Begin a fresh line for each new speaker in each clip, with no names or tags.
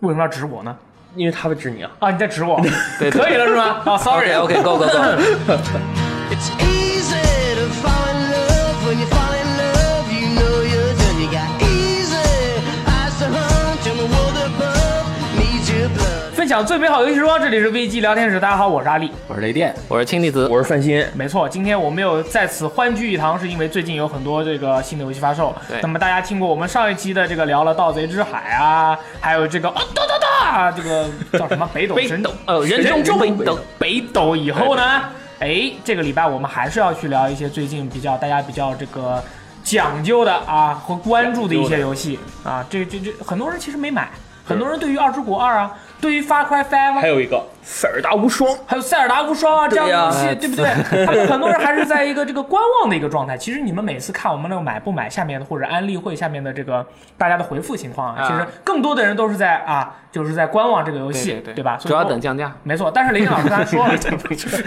为什么要指我呢？
因为他会指你啊。
啊，你在指我，
对对
可以了是吧？啊，sorry，
OK，OK，go go go。
It's easy to fall in love when you fall in love. You know you're done. You got easy eyes to hunt, and the world above needs your blood.
分享最美好游戏时光，这里是 VG 聊天室，大家好，我是阿力。
我是雷电，我是氢离子，
我是范鑫，
没错，今天我没有在此欢聚一堂，是因为最近有很多这个新的游戏发售。
对
那么大家听过我们上一期的这个聊了《盗贼之海》啊，还有这个啊哒哒哒，这个叫什么北斗神
斗哦，人
神
中北斗，
北斗以后呢，哎，这个礼拜我们还是要去聊一些最近比较大家比较这个讲究的啊和关注的一些游戏啊，这这这很多人其实没买，很多人对于《二之国二》啊，对于《Far Cry Five》啊
还，有一个塞尔达无双，
还有《塞尔达无双》啊，这样的
对
游
呀
戏，对不对？他们很多人还是在一个这个观望的一个状态。其实你们每次看我们那个买不买下面的或者安利会下面的这个大家的回复情况啊，
啊
其实更多的人都是在啊，就是在观望这个游戏，
对对
吧？
主
所
要
以说
等降价。
没错，但是雷电老师刚才 说了，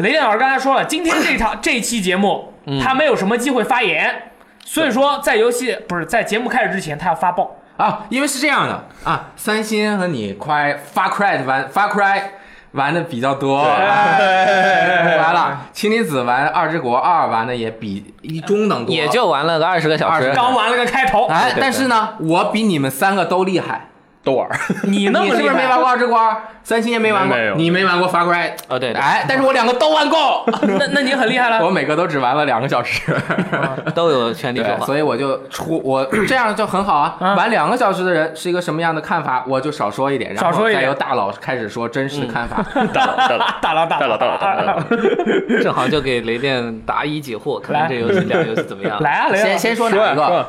雷电老师刚才说了，今天这场这期节目
嗯
他没有什么机会发言，所以说在游戏不是在节目开始之前他要发报。
啊，因为是这样的啊，三星和你快发 cry 玩发 cry 玩的比较多，哎完了，青离子玩二之国二玩的也比一中等多，
也就玩了个二十个小时
20，
刚玩了个开头，
啊
哎，但是呢，我比你们三个都厉害。
都玩。
你那
你
么
是
厉
不是没玩
害，
过二之国二？三星也没玩过
没有，
你没玩过发 cry
哦对对
哎，但是我两个都 玩过，
那那你很厉害了。
我每个都只玩了两个小时。
都有权利说
对，
话。
所以我就出我这样就很好啊。
嗯
玩两个小时的人是一个什么样的看法，我就少说一点，然
少说
后
一点
再由大佬开始说真实的看法。
大佬，大佬，
大佬大
大佬，大佬，大佬，
正好就给雷电答疑解惑，看
来
看这游戏两个游戏怎么样。
来，啊，雷
先
电，
先说
说
哪
呀
一
说
个
呀？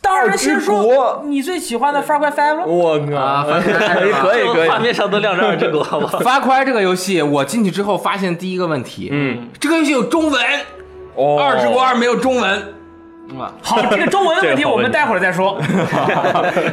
当然先
二之
说
国
你最喜欢的《Far Cry Five》了。
我
啊
靠，
反正还
可
是
以，
吧
可以，可以
画。面上都亮着二之国，好不好？
发快这个游戏，我进去之后发现第一个问题，
嗯，
这个游戏有中文，
哦
二之国二没有中文。啊，
好，这个中文的问
这
题
个好
我
问
们
题
待会儿再 说。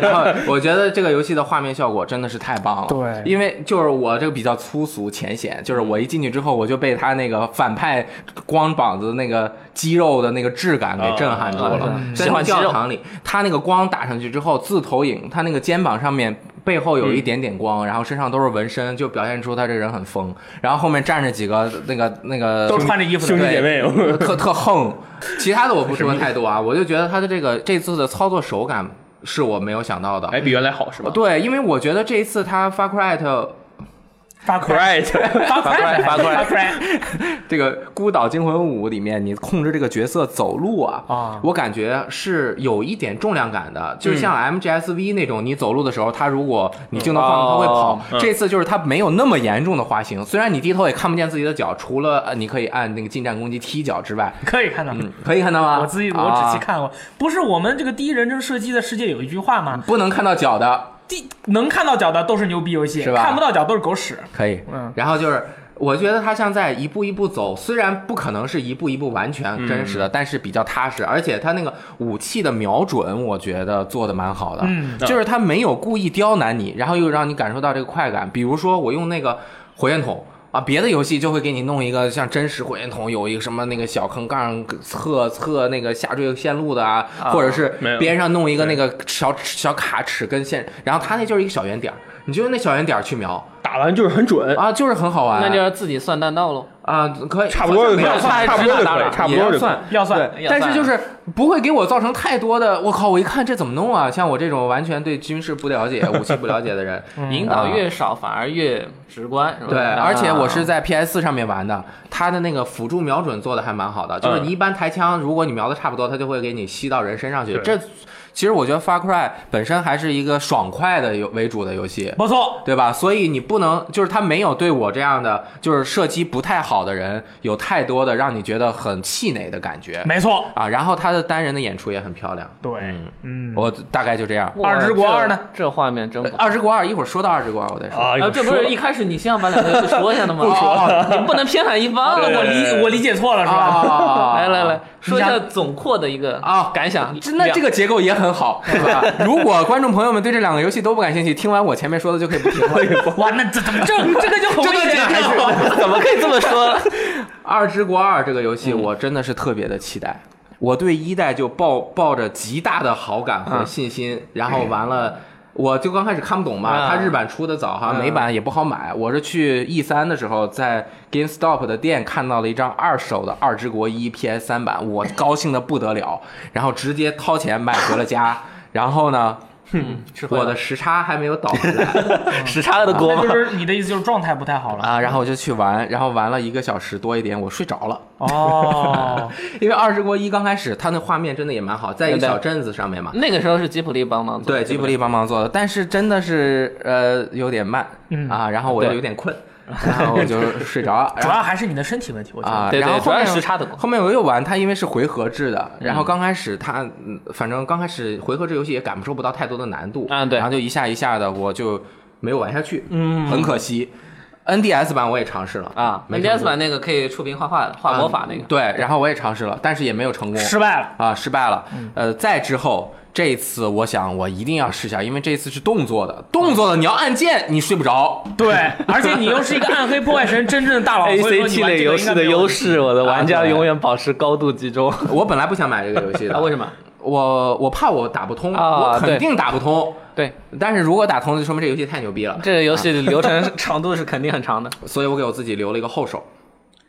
然后我觉得这个游戏的画面效果真的是太棒了。
对
因为就是我这个比较粗俗浅显，就是我一进去之后，我就被他那个反派光膀子那个肌肉的那个质感给震撼住
啊
了
啊啊。喜
在那
欢
个
肌肉
教堂里，他那个光打上去之后自投影，他那个肩膀上面。背后有一点点光，然后身上都是纹身，就表现出他这人很疯。然后后面站着几个那个那个
都穿着衣服的
兄弟
对
姐妹，
特特横。其他的我不说太 多啊，我就觉得他的这个这次的操作手感是我没有想到的。
哎，比原来好是吧
对，因为我觉得这一次他 Far Cry 的
发
？Right，
发 Cry，
Far Cry，Far
这个《孤岛惊魂五》里面，你控制这个角色走路啊，
啊
我感觉是有一点重量感的，就
嗯
像 MGSV 那种，你走路的时候，它如果你镜头放
哦
大，它会跑。
嗯
这次就是它没有那么严重的滑行，虽然你低头也看不见自己的脚，除了呃你可以按那个近战攻击踢脚之外，
可以看到。
嗯，可以看到吗？
我自己
啊
我仔细看过，不是我们这个第一人称射击的世界有一句话
啊
吗？
不能看到脚的。
第能看到脚的都是牛逼游戏，
是吧
看不到脚都是狗屎。
可以，
嗯
然后就是。我觉得他像在一步一步走，虽然不可能是一步一步完
嗯
全真实的，但是比较踏实，而且他那个武器的瞄准，我觉得做的蛮好的，
嗯
就是他没有故意刁难你，然后又让你感受到这个快感。比如说我用那个火箭筒。啊，别的游戏就会给你弄一个像真实火箭筒，有一个什么那个小坑杠测测那个下坠线路的啊，或者是
没有
边上弄一个那个小小卡尺跟线，然后它那就是一个小圆点儿，你就用那小圆点儿去瞄，
打完就是很准，
啊，就是很好 玩，
那就要自己算弹道喽。
啊，可以，
差不多就可以，
好像没有
差不多就可以，差不
也
多
要
就可
算
以。啊
要算
对，
要算
但是就是不会给我造成太多的，我靠！我一看这怎么弄啊？像我这种完全对军事不了解、武器不了解 的人，
引导越少，反而越直观，是吧？
对，
啊
而且我是在 PS 上面玩的，它的那个辅助瞄准做的还蛮好的，就是
嗯
你一般抬枪，如果你瞄的差不多，它就会给你吸到人身上去
对。
这其实我觉得 Far Cry 本身还是一个爽快的游为主的游戏，
不错，
对吧？所以你不能，就是他没有对我这样的就是射击不太好的人有太多的让你觉得很气馁的感觉
没错，
啊。然后他的单人的演出也很漂亮，
对，嗯，
我大概就这样。
哇
二之国二呢？
这这画面真不
呃。二之国二，一会儿说到二之国二，我再说。
啊
啊，这不是一开始你先要把两个游戏说一下的吗？
不说
哦你不能偏袒一方啊
对
了。
我
呃
理我理解错了是吧？
啊
来来来，，说一
你
下
想
总括的一个
啊
感想。
这那这
个
个结构也很好，是吧？如果观众朋友们对这两个游戏都不感兴趣，听完我前面说的就可以不听了。
哇，那这怎么这这个就很
这
危
个
险了？
结 构，
怎么可以这么 说？
二之国二这个游戏，我真的是特别的期待。我对一代就抱抱着极大的好感和信心，然后玩了我就刚开始看不懂嘛，
啊
它日版出的早哈，
嗯
美版也不好买。我是去 E 三的时候，在 GameStop 的店看到了一张二手的《二之国一》PS 三版，我高兴的不得了， 然后直接掏钱买回了家。 然后呢，嗯我的时差还没有倒回来，
时差的锅
那就
吗？
是你的意思就是状态不太好 了。
啊，然后我就去玩，然后玩了一个小时多一点，我睡着了。
哦，
因为《二之国一》刚开始，它那画面真的也蛮好，在一个
对
小镇子上面嘛。
那个时候是吉普力帮忙做的，
嗯对，吉卜力帮忙做的，但是真的是呃有点慢、啊，然后我又
对
有点困，然后我就睡着 了。
主
然后
要还是你的身体问题，我觉得。
啊，
对对
然后后面
主要是时差的问题
后面我又玩，它因为是回合制的，然后刚开始它，嗯反正刚开始回合制游戏也感受不到太多的难度，
啊对
然后就一下一下的我就没有玩下去，嗯，很可惜。NDS 版我也尝试了
啊
没成
，NDS
功
版那个可以触屏画画的，画魔法那个
嗯，对，然后我也尝试了，但是也没有成功，
失败了。
啊，失败了。呃，再之后这一次，我想我一定要试一下，因为这一次是动作的，动作的你要按键，你睡不着。
对，而且你又是一个暗黑破坏神真正的 大佬，
A
所以说
C T
你玩
类
这
游
个应
戏
该
的
没有
优
问题。
势，我的玩
啊
家
对
永远保持高度集中。
我本来不想买这个游戏的，
啊，啊为什么？
我我怕我打不通，
啊
我肯定打不通。
对，
但是如果打通，就说明这游戏太牛逼了，
这个游戏流程长度是肯定很长的。
所以我给我自己留了一个后手，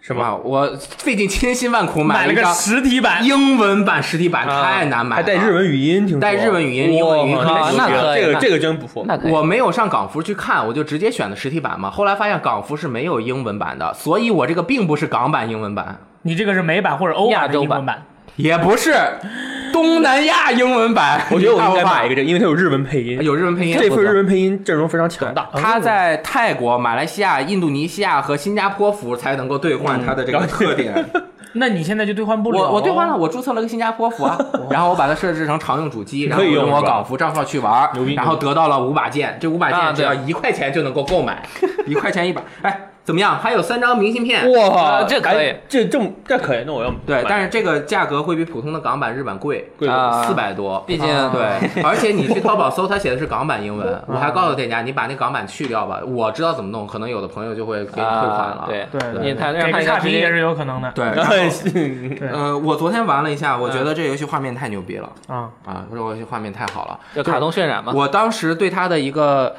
是吧？我费尽千辛万苦
买
买
了
一
个
张
实体版，
英文版实体版，
啊
太难买了，
还带日文语音，听说
带日文语音英文语音
哇
可以
那
那牛逼了
可以
这个
那
这个真不错。
那可以
我没有上港服去看，我就直接选的实体版嘛。后来发现港服是没有英文版的，所以我这个并不是港版英文版，
你这个是美版或者欧版
亚
的
洲
英
版
文版。
也不是东南亚英文版
。我觉得我应该
你看吧
买一个这个，因为它有日文配音，
有日文配音。
这份日文配音阵容非常强大。
他在泰国、马来西亚、印度尼西亚和新加坡服才能够兑换
嗯
它的这个特点。
那你现在就兑换不了。哦
我我兑换了，我注册了个新加坡服 啊，然后我把它设置成常用主机，然后
可以用
用我
是吧
港服账号去玩
牛逼，
然后得到了五把剑，这五把
啊
剑
对
只要一块钱就能够购 买，一块钱一把。哎，怎么样？还有三张明信片。
哇
啊这可以
哎这这这可以，那我要
对，但
是
是这个价格会比普通的港版、日版贵，
贵
啊
四百多。啊
毕竟 嗯
对，而且你去淘宝搜，它写的是港版英文，我还告诉店家，你把那港版去掉吧，我知道怎么弄，可能有的朋友就会给你退款了
啊，。对
对对
你他让
给
他
个
应
差
该直
评也是
接
有可能的。
对，然后
对，
呃，我昨天玩了一下，我
嗯
觉得这游戏画面太牛逼了
啊，
啊，这游戏画面太好了。
就卡通渲染嘛。
我当时对他的一个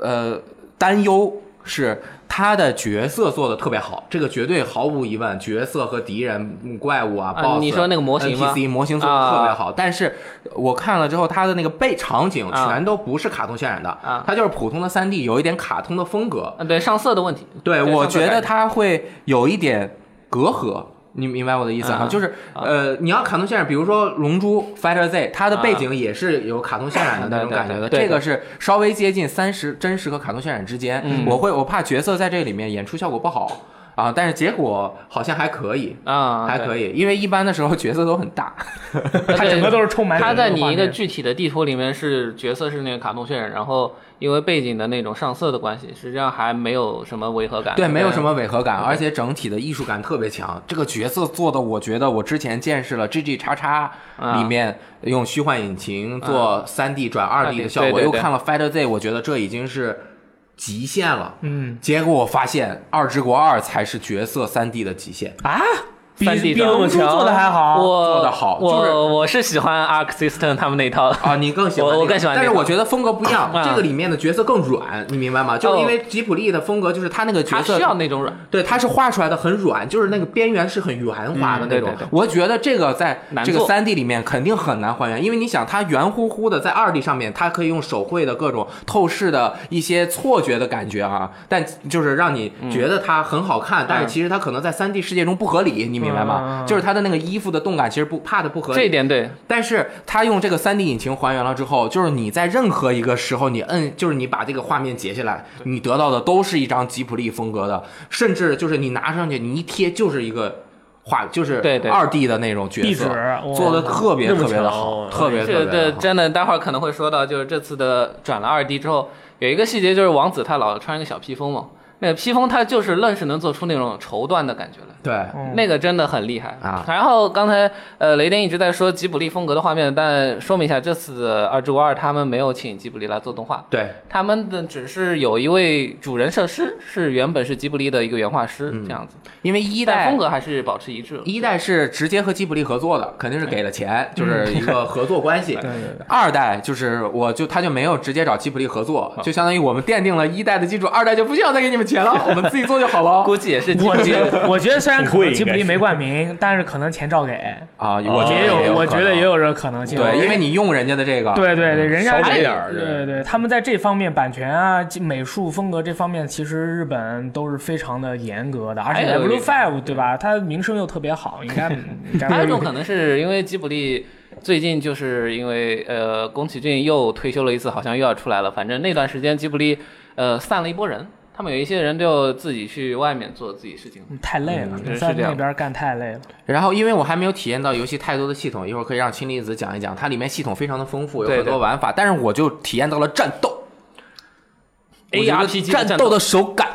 呃担忧是他的角色做的特别好，这个绝对毫无疑问，角色和敌人、嗯怪物啊
啊
boss，
你说那个模型吗啊
NPC 模型做的特别好，但是我看了之后，他的那个背场景
啊
全都不是卡通渲染的，
啊
它就是普通的三 D，有一点卡通的风格。
嗯，对上色的问题。
对，
对
我
上色
觉
感
得它会有一点隔阂。你明白我的意思哈、
啊
就是、呃，你要卡通渲染，比如说《龙珠》Fighter Z，它的背景也是有卡通渲染的那种
嗯对对
感觉的，
对对
这个是稍微接近三十真实和卡通渲染之间。
嗯
我会我怕角色在这里面演出效果不好啊，但是结果好像还可以，
啊，
还可以，因为一般的时候角色都很大，
对。
它整个都是充满
它在你一个
剧
具体的地图里面是角色是那个卡通渲染，然后因为背景的那种上色的关系，实际上还没有什么违和感。
对，没有什么违和感，而且整体的艺术感特别强。这个角色做的，我觉得我之前见识了 G G 叉叉
啊
里面用虚幻引擎做三 D 转二 D 的效
啊
果，
嗯对对
又
对
看了 Fighter Z，我觉得这已经是极限了。
嗯
结果我发现《二之国二》才是角色三 D 的极限。
啊，比
三 D
比
的
龙珠做的还好。
我
做得好
我、
就是
我是喜欢 Arc System 他们那一套。
啊，你更喜欢
我
那个
我更喜欢
但是
那个
我觉得风格不一样，
啊
这个里面的角色更软，你明白吗？就是因为吉普力的风格，就是他那个角
它
色
需要那种软，
对，它是画出来的很软，就是那个边缘是很圆滑的那种。
嗯对对对
我觉得这个在
难
这
做
个三 D 里面肯定很难还原，因为你想，它圆乎乎的，在二 D 上面，它可以用手绘的各种透视的一些错觉的感觉啊，但就是让你
嗯
觉得它很好看，但是其实它可能在三 D 世界中不合理，你明白吗？
嗯
就是它的那个衣服的动感其实不怕的不合理。
这一点对，
但是它用这个3 D 引擎还原了之后，就是你在任何一个时候，你摁，就是你把这个画面截下来，你得到的都是一张吉普力风格的，甚至就是你拿上去，你一贴就是一个画，就是
对对
二 D 的那种角
壁纸
色，做的特别
那么
特别的
强
好，
啊
特别特
这
别
这
的好。
真的，待会儿可能会说到，就是这次的转了二 D 之后，有一个细节就是王子他老穿一个小披风嘛，那个披风它就是愣是能做出那种绸缎的感觉来。
对，
嗯
那个真的很厉害
啊
然后刚才呃，雷电一直在说吉卜力风格的画面，但说明一下，这次的二至五二他们没有请吉卜力来做动画，
对，
他们的只是有一位主人设师是原本是吉卜力的一个原画师、
嗯
这样子，
因为一
一代
代
风格还是保持一致。
一代是直接和吉卜力合作的，肯定是给了钱，就是一个合作关系。二代就是我就他就没有直接找吉卜力合作，就相当于我们奠定了一代的基础，二代就不需要再给你们钱了，我们自己做就好了。
估计也是吉卜
我
力
觉得我觉得虽然可
挺
能
贵
吉卜力
应该是
没冠名，但是可能钱照给，
啊，我觉得
也
有可
有
能，
我觉得也有这可能性。
对，因为你用人家的这
啊
个，
对
嗯
对对，人家
少给
还
点儿
对对，他们在这方面版权啊、美术风格这方面，其实日本都是非常的严格的，而且
还有一
Blue
个
Five 对吧？它名声又特别好， 应该应该
还有一种可能是因为吉卜力最近就是因为呃宫崎骏又退休了一次，好像又要出来了。反正那段时间吉卜力呃散了一波人，他们有一些人就自己去外面做自己事情。
太累了
嗯，是
在
这样
那
嗯
边干太累了。
然后，因为我还没有体验到游戏太多的系统，一会儿可以让氢离子讲一讲，它里面系统非常的丰富，有
对
很多
对
玩法，但是我就体验到了战斗
ARPG 的
战
战
斗
斗
的手感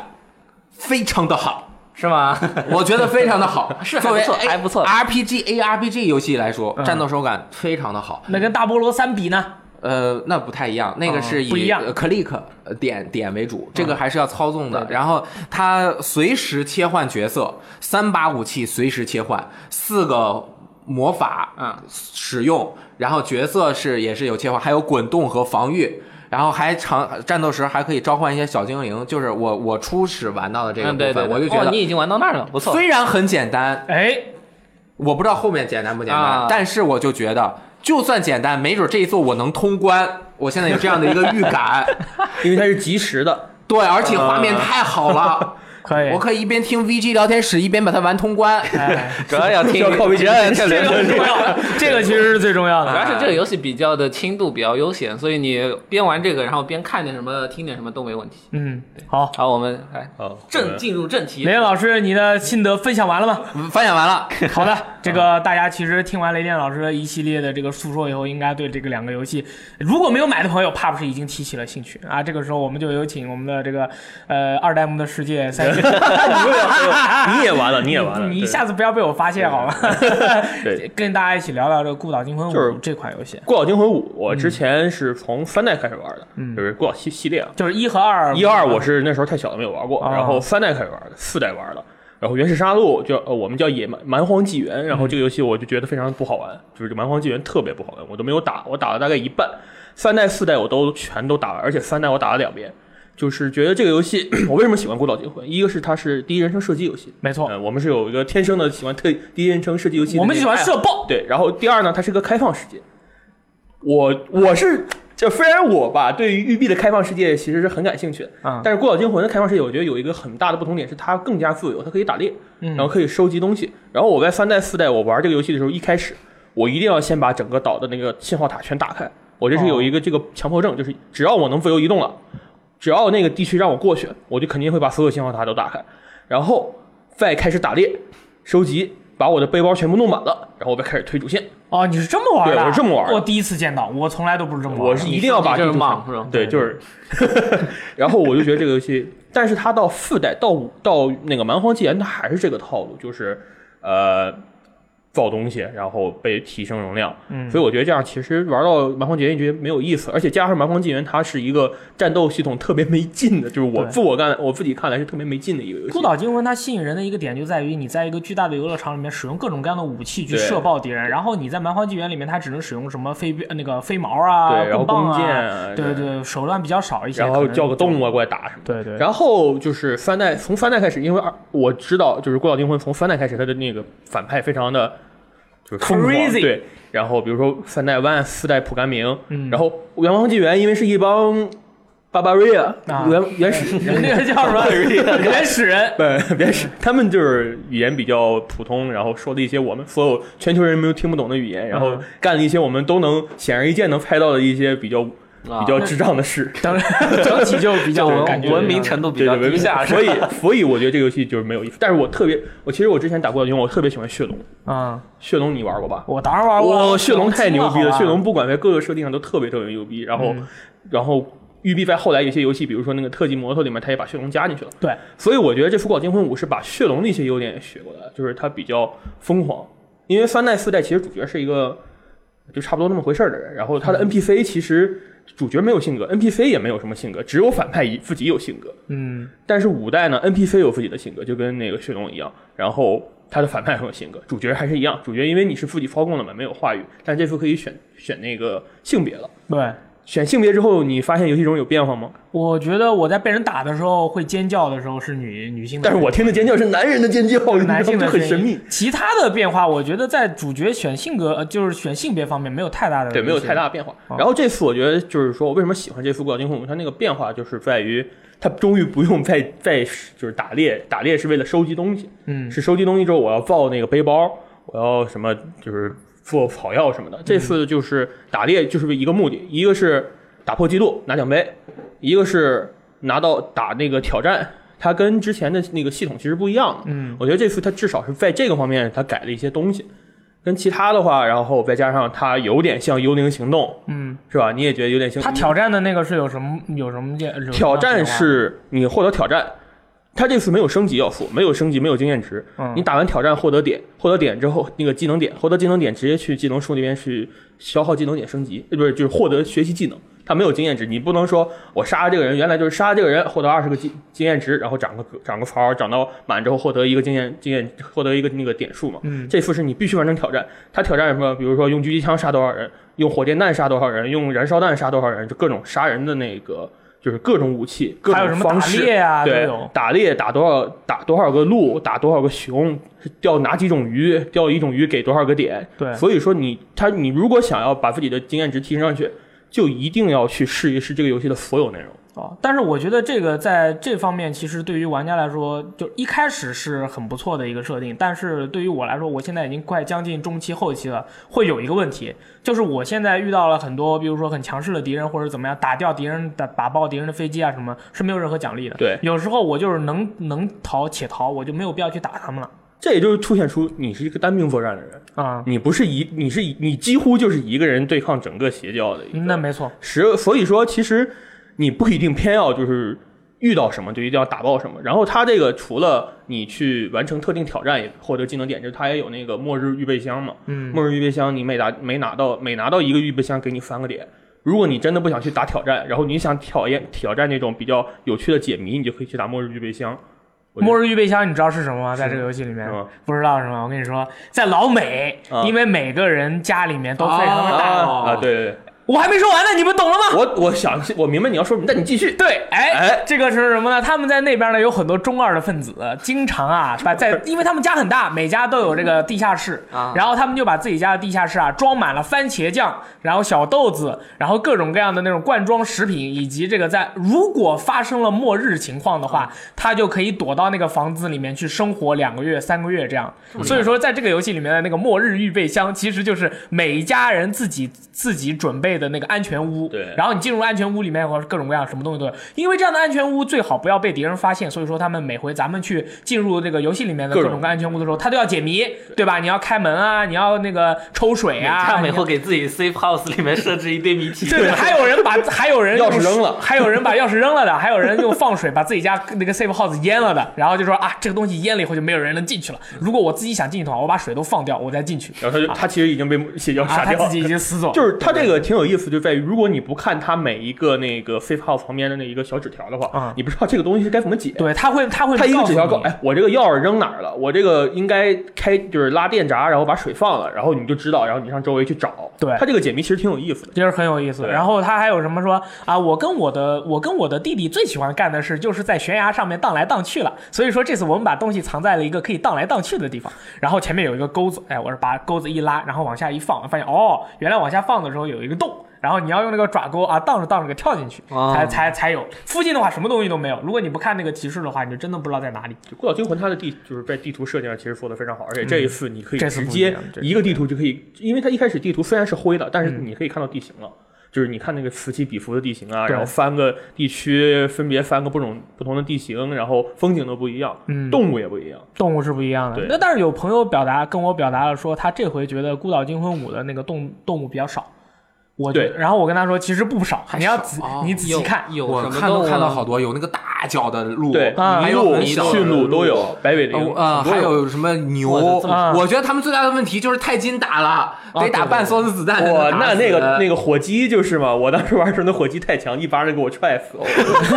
非常的好，
是吗？
我觉得非常的好，
是
作为
还不错还不错嗯
RPG ARPG 游戏来说，战斗手感非常的好。
那跟大菠萝三比呢？
呃，那不太一样，
哦
那个是以、
不一样
呃 click 呃点点为主，这个
嗯
还是要操纵的。然后它随时切换角色，三把武器随时切换，四个魔法
嗯
使用，然后角色是也是有切换，还有滚动和防御。然后还常战斗时还可以召唤一些小精灵，就是我我初始玩到的这个
嗯，
部
对
分，
对，对
我就觉
哦
得、
你已经玩到那儿了，不错。
虽然很简单，
哎，
我不知道后面简单不简单，
啊
但是我就觉得，就算简单，没准这一座我能通关。我现在有这样的一个预感，
因为它是及时的，
对，而且画面太好了，
可以
我， 可以一边听 VG 聊天室，一边把它玩通关。
呃哎，
主要要听，
要靠
主
围棋
要要
这
听
个很重 要的，这个其实是最重要
主要
的。啊
是这个游戏比较的轻度比较悠闲，所以你边玩这个，然后边看点什么、听点什么都没问题。
嗯，好，
好，我们来呃
啊，
正进入正题
雷。电老师，你的心得分享完了吗？
分享完了，
好
啊
的，这个大家其实听完雷电老师的一系列的这个诉说以后，应该对这个两个游戏，如果没有买的朋友，怕不是已经提起了兴趣啊。这个时候，我们就有请我们的这个呃二代目的世界 三星，
不用不用你也完了，你也完 了，
你一
对
下次不要被我发现好吗？
对
跟大家一起聊聊这个《孤岛惊魂五
就是》
这款游戏
《，孤岛惊魂五》，我之前是从三代开始玩的，就是孤岛系系列啊。
就是一和二，
一二我是那时候太小了没有玩过，
啊
然后三代开始玩的，四代玩了。然后原始杀戮就呃我们叫野蛮蛮荒纪元，然后这个游戏我就觉得非常不好玩，就是这蛮荒纪元特别不好玩，我都没有打，我打了大概一半，三代四代我都全都打了，而且三代我打了两遍，就是觉得这个游戏 我为什么喜欢《孤岛惊魂》，一个是它是第一人称射击游戏，
没错
呃，我们是有一个天生的喜欢特第一人称射击游戏的那个爱好，
我们喜欢射爆，
对，然后第二呢，它是一个开放世界。我我是就虽然我吧，对于育碧的开放世界其实是很感兴趣的，
嗯
但是《孤岛惊魂》的开放世界，我觉得有一个很大的不同点是它更加自由，它可以打猎，然后可以收集东西。然后我在三代、四代我玩这个游戏的时候，一开始我一定要先把整个岛的那个信号塔全打开。我这是有一个这个强迫症，就是只要我能自由移动了，只要那个地区让我过去，我就肯定会把所有信号塔都打开，然后再开始打猎、收集，把我的背包全部弄满了，然后我再开始推主线。
哦，你是这么玩的？
对我是这么玩的
我第一次见到，我从来都不是这么玩的。
我是一定要把
你
地
是
图
莽
全
是吧
对，就是。然后我就觉得这个游戏，但是它到四代到五到那个蛮荒纪元，它还是这个套路，就是呃造东西，然后被提升容量。嗯，所以我觉得这样其实玩到蛮荒纪元你觉得没有意思，而且加上蛮荒纪元它是一个战斗系统特别没劲的，就是我
对
自我看我自己看来是特别没劲的一个游戏。
孤岛惊魂它吸引人的一个点就在于你在一个巨大的游乐场里面使用各种各样的武器去
对
射爆敌人，然后你在蛮荒纪元里面它只能使用什么飞呃那个飞毛啊、
对然后
棍棒
弓箭
啊，
啊
对对，手段比较少一些，
然后
可能
叫个动物啊过来打什么的。
对对，
然后就是三代，从三代开始，因为二我知道，就是《孤岛惊魂》从三代开始，它的那个反派非常的就是疯狂
Crazy
对，然后比如说三代万、四代普甘明，
嗯
然后元王纪元，因为是一帮巴巴瑞亚
啊
原原始
人 那个叫 什么原始人，
不，别是他们就是语言比较普通，然后说的一些我们所有全球人民都听不懂的语言，然后
嗯
干了一些我们都能显而易见能拍到的一些比较
啊
比较智障的事。
等整体就比较
文
感觉
哦文明程度比
对
较
对文
低
明
下，是吧
所以所以我觉得这个游戏就是没有意思。但是我特别，我其实我之前打过的，因为我特别喜欢血龙。
嗯，
血龙你玩过吧？哦
我当然玩过，啊
哇，血龙太牛逼
了，
了！血龙不管在各个设定上都特别特别牛逼。然后，然后育碧在后来有些游戏，比如说那个特技摩托里面，它也把血龙加进去了。
对，
所以我觉得这《福宝惊魂五》是把血龙的一些优点也学过来了，就是它比较疯狂。因为三代四代其实主角是一个就差不多那么回事儿的人，然后他的 NPC 其实主角没有性格，NPC 也没有什么性格，只有反派一自己有性格。
嗯，
但是五代呢，NPC 有自己的性格，就跟那个血龙一样，然后他的反派很有性格，主角还是一样，主角因为你是自己操控的嘛，没有话语，但这次可以选选那个性别了。
对。
选性别之后，你发现游戏中有变化吗？
我觉得我在被人打的时候会尖叫的时候是女女性的
但
声
是
音，
我听的尖叫是男人的尖叫，你知道吗
男性
就
的
很
声音
神秘，。
其他的变化，我觉得在主角选性格，呃，就是选性别方面没有太大的
对，没有太大
一
的变化。然后这次我觉得就是说，我为什么喜欢这次《孤岛惊魂》，它那个变化就是在于，它终于不用再再就是打猎，打猎是为了收集东西，
嗯
是收集东西之后我要造那个背包，我要什么就是做草药什么的。
嗯
这次就是打猎就是一个目的，一个是打破记录拿奖杯，一个是拿到打那个挑战。它跟之前的那个系统其实不一样的，
嗯
我觉得这次它至少是在这个方面它改了一些东西，跟其他的话，然后再加上它有点像《幽灵行动》，
些。嗯，
是吧？你也觉得有点像。
他挑战的那个是有什么有什么变？有什么
挑
变
战
化
是你获得挑战，它这次没有升级要素，没有升级，没有经验值。
嗯
你打完挑战获得点，获得点之后那个技能点，获得技能点直接去技能树那边去消耗技能点升级，呃不是就是获得学习技能。它没有经验值，你不能说我杀了这个人，原来就是杀了这个人，获得二十个经经验值，然后长个长个槽，长到满之后获得一个经验经验，获得一个那个点数嘛。
嗯
这次是你必须完成挑战。它挑战什么？比如说用狙击枪杀多少人，用火箭弹杀多少人，用燃烧弹杀多少人，就各种杀人的那个，就是各种武器，各
还有
种
什么
方
打
式。
猎啊都
对
有，
打猎打多少打多少个鹿，打多少个熊，钓哪几种鱼，钓一种鱼给多少个点。
对
所以说你他你如果想要把自己的经验值提升上去，就一定要去试一试这个游戏的所有内容。
哦，但是我觉得这个在这方面，其实对于玩家来说，就一开始是很不错的一个设定。但是对于我来说，我现在已经快将近中期后期了，会有一个问题，就是我现在遇到了很多，比如说很强势的敌人或者怎么样，打掉敌人的、打爆敌人的飞机啊什么，是没有任何奖励的。
对
有时候我就是能能逃且逃，我就没有必要去打他们了。
这也就是凸显出你是一个单兵作战的人，
啊、
你不是一你是一你几乎就是一个人对抗整个邪教的一个。
嗯那没错，
十，所以说其实你不一定偏要就是遇到什么就一定要打爆什么。然后它这个除了你去完成特定挑战也获得技能点，就是它也有那个末日预备箱嘛。
嗯
末日预备箱你每拿每拿到每拿到一个预备箱给你三个点。如果你真的不想去打挑战，然后你想挑战挑战那种比较有趣的解谜，你就可以去打末日预备箱。我觉得
末日预备箱你知道是什么吗？在这个游戏里面
是吗
不知道是吗？我跟你说，在老美，
啊
因为每个人家里面都非常
啊
大，
啊，对对对，
我还没说完呢，你们懂了吗？
我我想我明白你要说什么，但你继续。
对，哎，
哎
这个是什么呢？他们在那边呢有很多中二的分子，经常啊把 在，因为他们家很大，每家都有这个地下室，
啊
然后他们就把自己家的地下室啊装满了番茄酱，然后小豆子，然后各种各样的那种罐装食品，以及这个在如果发生了末日情况的
嗯
话，他就可以躲到那个房子里面去生活两个月、三个月这样。所以说，在这个游戏里面的那个末日预备箱，其实就是每一家人自己自己准备的那个安全屋，
对
然后。然后你进入安全屋里面，或者各种各样什么东西都有。因为这样的安全屋最好不要被敌人发现，所以说他们每回咱们去进入这个游戏里面的
各
各
种
种各安全屋的时候，他都要解谜，对吧？你要开门啊，你要那个抽水啊，
他每
你要
回给自己 safe house 里面设置一堆谜题，
对，还有人把还有人
钥匙
用
扔了
还有人把钥匙扔了的，还有人用放水把自己家那个 safe house 淹了的，然后就说啊，这个东西淹了以后就没有人能进去了。如果我自己想进去的话，我把水都放掉，我再进去。
然后他就他其实已经被邪教
啊，
杀
他
掉了，
自己已经死走了，
就是它这个挺有意思，就在于如果你不看它每一个那个 safe house 旁边的那一个小纸条的话，
啊
你不知道这个东西是该怎么解。
对，他会他会
它一个
告诉
纸条
你
告，哎，我这个钥匙扔哪儿了？我这个应该开就是拉电闸，然后把水放了，然后你就知道，然后你上周围去找。
对
它这个解谜其实挺有意思的。
就是很有意思。
对
然后他还有什么说啊？我跟我的我跟我的弟弟最喜欢干的事就是在悬崖上面荡来荡去了。所以说这次我们把东西藏在了一个可以荡来荡去的地方。然后前面有一个钩子，哎，我是把钩子一拉，然后往下一放，发现哦，原来往下放的时候有一个洞。然后你要用那个爪钩啊，荡着荡着给跳进去，
哦
才才才有。附近的话什么东西都没有，如果你不看那个提示的话，你就真的不知道在哪里。
就《孤岛惊魂》它的地就是在地图设计上其实做的非常好，而且这一次你可以
嗯这次
直
不一
接
样嗯这次
一个地图就可以，因为它一开始地图虽然是灰的，但是你可以看到地形了。就是你看那个此起彼伏的地形啊，
对
然后翻个地区，分别翻个不种不同的地形，然后风景都不一样，
嗯
动物也不一样。
动物是不一样的
对。
那但是有朋友表达跟我表达了说，他这回觉得《孤岛惊魂五》的那个动动物比较少。我
对
然后我跟他说，其实不少，你要仔
哦
你仔细
有
看，
有
我
什么
看都看到好
多。
多，有那个大脚的鹿，
对，
啊
嗯还
麋
有
鹿、
很小的
驯鹿都有，白尾
哦
呃
羚
啊，还有什么牛？
哇这这
么
我觉得他们最大的问题就是太近打了，得打半梭子子 弹才
哇，
能打
那
死
那个那个火鸡就是嘛，我当时玩的时候那火鸡太强，一巴掌给我踹死了。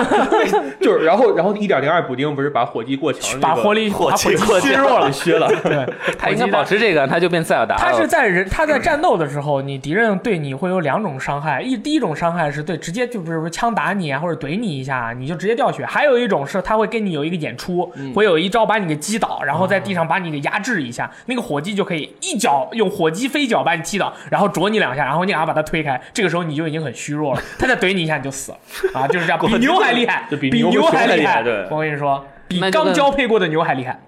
就是，然后然后一点零二补丁不是把火鸡过桥、那
把
个
火力把火力削弱了
给。削了，
对，
他应该保持这个，他就变塞尔达了。
他是在人他在战斗的时候，你敌人对你会有两种伤害，一第一种伤害是对直接就比如说枪打你啊，或者怼你一下，你就直接掉血；还有一种是他会跟你有一个演出，
嗯
会有一招把你给击倒，然后在
哦
地上把你给压制一下，那个火鸡就可以一脚用火鸡飞脚把你踢倒，然后啄你两下，然后你俩把他推开，这个时候你就已经很虚弱了，他再怼你一下你就死了啊，就是 这样，比牛还厉害，
就比
比
牛和
还
熊还
厉
厉
害，
害对
我跟你说，比
那就
刚
跟
交配过的牛还厉害。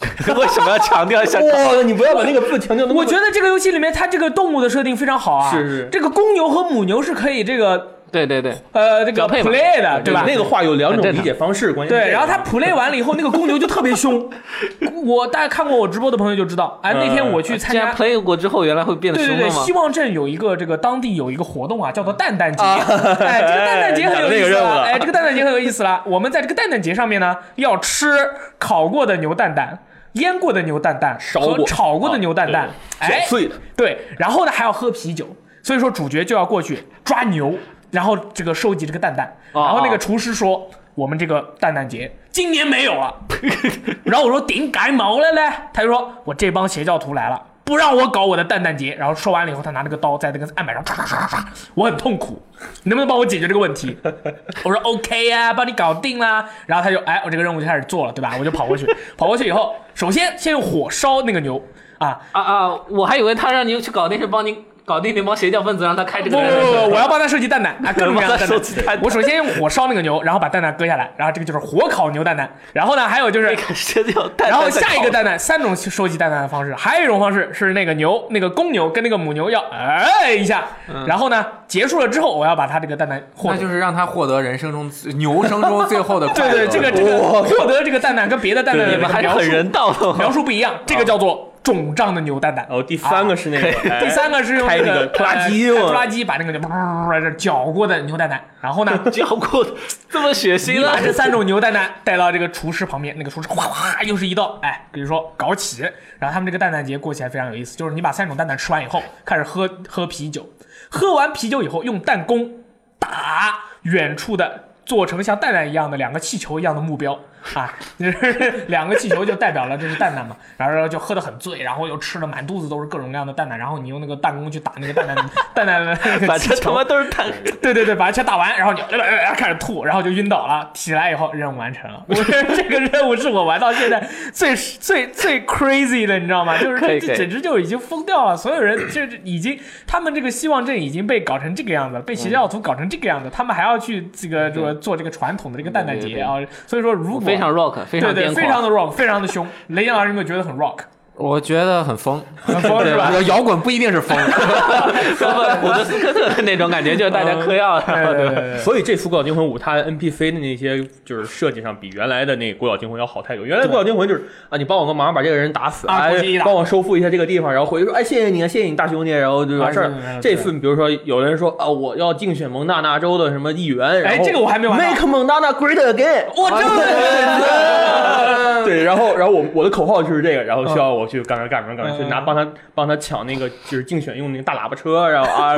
为什么要强调一下？
哇，你不要把那个字强调那么。
我觉得这个游戏里面它这个动物的设定非常好啊，
是是
这个公牛和母牛是可以这个
对对对，
呃这个
交配嘛
play 的，对吧？
那个话有两
很
种
正
理
常
解方式，关键是
啊对，
这
然
个
后他 play 完了以后，那个公牛就特别凶。我大家看过我直播的朋友就知道，哎，那天我去参
既然
加，
呃 play 过之后，原来会变得
对对
凶
对，
了吗
希？望镇有一个这个当地有一个活动啊，叫做蛋蛋节。哎，这个蛋蛋节很有意
讲到这个
思
任务
了，
了
哎，这个蛋蛋节很有意思了。我们在这个蛋蛋节上面呢，要吃烤过的牛蛋蛋、腌过的牛蛋蛋
过
和炒过的牛蛋蛋，哎
搅，碎的，
对，然后呢还要喝啤酒，所以说主角就要过去抓牛，然后这个收集这个蛋蛋，然后那个厨师说。我们这个蛋蛋节今年没有了， 然后我说顶改毛了嘞，他就说我这帮邪教徒来了，不让我搞我的蛋蛋节。然后说完了以后，他拿那个刀在那个案板上唰唰唰唰唰，我很痛苦，你能不能帮我解决这个问题？我说 OK 呀、帮你搞定啦。然后他就哎，我这个任务就开始做了，对吧？我就跑过去，跑过去以后，首先先用火烧那个牛啊，
啊啊！我还以为他让你去搞定是帮你搞定那帮邪教分子，让他开这
不
个
不
人。
不不，我要帮他收集蛋蛋啊，各种各样
帮他
的蛋
收集蛋
蛋。我首先用火烧那个牛，然后把蛋蛋割下来，然后这个就是火烤牛蛋蛋。然后呢，还有就是，
这就蛋
然后
蛋在
下一
烤
个蛋蛋，三种收集蛋蛋的方式，还有一种方式是那个牛，那个公牛跟那个母牛要哎一下，然后呢结束了之后，我要把它这个蛋蛋获
那
得
就。是让他获得人生中最牛生中最后的 快
对对，
乐。
这个这个获得这个蛋蛋跟别的蛋蛋的
你们还是很人 道的。
描述不一样，这个叫做肿胀的牛蛋蛋啊
然。哦后第三个是那个，哎
第三个是用
开那
个
个拖拉机
呃开
嘛
拖拉机把那个就 这搅过的牛蛋蛋，然后呢，
交过
这么血腥啊
你把
的，
这三种牛蛋蛋带到这个厨师旁边，那个厨师哗哗又是一道，哎，比如说搞起，然后他们这个蛋蛋节过起来非常有意思，就是你把三种蛋蛋吃完以后，开始喝喝啤酒，喝完啤酒以后用弹弓打远处的。做成像蛋蛋一样的两个气球一样的目标啊，就是 两个气球就代表了这是蛋蛋嘛，然后就喝得很醉，然后又吃了满肚子都是各种各样的蛋蛋，然后你用那个弹弓去打那个蛋蛋蛋蛋的那个
反
气
正
球
他妈都是蛋，
对对对，把它全打完，然后你呃呃呃开始吐，然后就晕倒了。起来以后，任务完成 了。我觉得这个任务是我玩到现在最 最最 crazy 的，你知道吗？就是
可以可
这
以
简直就已经疯掉了。所有人就是已经，他们这个希望镇已经被搞成这个样子了，被邪教徒搞成这个样子，他们还要去这个这个做这个传统的这个蛋蛋
对
节
对
啊。所以说，如果
非常 rock，
对
非常
对
癫
非常
狂。
的 rock，非常的凶。雷电老师有没有觉得很 rock？
我觉得 很疯，
很疯哦是吧？
对摇滚不一定是疯，
不，伍德斯科特的那种感觉，就是大家嗑 药，
对 对对对。
所以这《古岛惊魂五》它 NPC 的那些就是设计上比原来的那《古岛惊魂》要好太多。原来《古岛惊魂》就是啊，你帮我个忙，把这个人打死，
啊
哎
攻击一打
帮我收复一下这个地方，然后回去说，哎，谢谢你啊，谢谢你大兄弟，然后就完事儿
啊是是是。
这次比如说有人说啊，我要竞选蒙大拿州的什么议员，然
哎
后
这个我还没玩到
Make Montana Great Again，
我真的
对，然后然后我我的口号就是这个，然后需要我去干嘛干嘛干嘛，去拿帮他帮他抢那个就是竞选用那个大喇叭车，然后啊，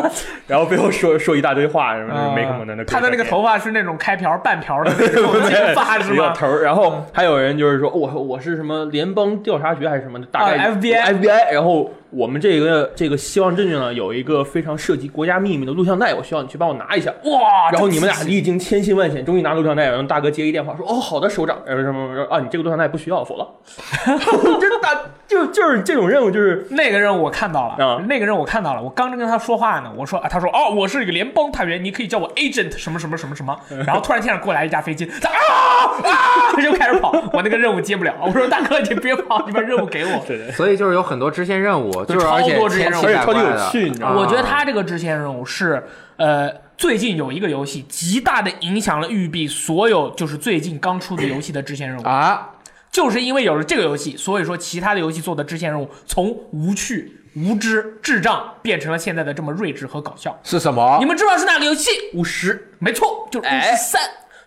然后背后说说一大堆话，什么就是 Make Montana Great Again。
呃啊他的那个头发是那种开瓢半瓢的那 种金发是
比较
吗？
头儿。然后还有人就是说，我我是什么联邦调查局还是什么的，大概、
啊 FBI
FBI。然后我们这个这个希望证据呢，有一个非常涉及国家秘密的录像带，我需要你去帮我拿一下。
哇！
然后你们
啊这
俩
刺激
历经千辛万险，终于拿录像带，然后大哥接一电话说：“哦，好的，首长。”然后什么什么啊，你这个录像带不需要，否则， 真的就就是这种任务就是
那个任务我看到了，
啊
那个任务我看到了，我刚正跟他说话呢，我说啊，他说哦，我是一个联邦探员，你可以叫我 agent 什么什么什么什么，然后突然天上过来一架飞机，他啊啊 就开始跑，我那个任务接不了，我说大哥你别跑，你把任务给我。
对 对，
所以就是有很多支线任务，就是
超
而且
多支线
千
任务
奇
而且
百
超级
怪
有
的啊
趣，你知道吗？
我觉得他这个支线任务是，呃，最近有一个游戏极大的影响了育碧所有就是最近刚出的游戏的支线任务，
啊，
就是因为有了这个游戏，所以说其他的游戏做的支线任务从无趣无知、智障变成了现在的这么睿智和搞笑。
是什么
你？们知道是哪个游戏？
五十，
没错，就是巫师三，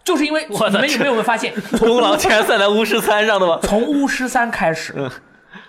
就是因为你
我的
们有
天
没有发现，
功劳 全算在巫师三上的吗？
从巫师三开始，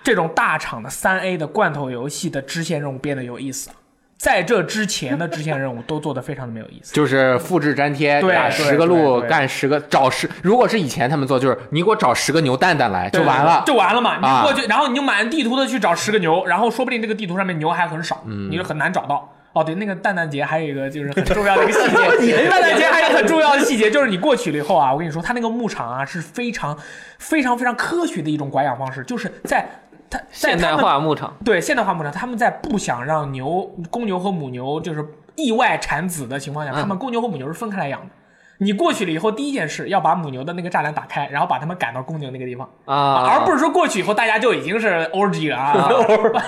这种大厂的三 A 的罐头游戏的支线任务变得有意思了。在这之前的支线任务都做得非常的没有意思。
就是复制粘贴，
对
打
对
十个
对
路
对
干十个，找十。如果是以前他们做，就是你给我找十个牛蛋蛋来就完了。
就完了嘛！你就
啊
过去，然后你就满地图的去找十个牛，然后说不定这个地图上面牛还很少，你就很难找到。哦，对，那个蛋蛋节还有一个就是很重要的一个细节，蛋蛋节还有一个很重要的细节就是你过去了以后啊，我跟你说，它那个牧场啊是非常、非常、非常科学的一种管养方式，就是在它在
现
他
代
们
化牧场，
对现代化牧场，他们在不想让牛、公牛和母牛就是意外产子的情况下，他们公牛和母牛是分开来养的。你过去了以后，第一件事要把母牛的那个栅栏打开，然后把它们赶到公牛那个地方
啊
而不是说过去以后大家就已经是 orgy 了啊，对吧？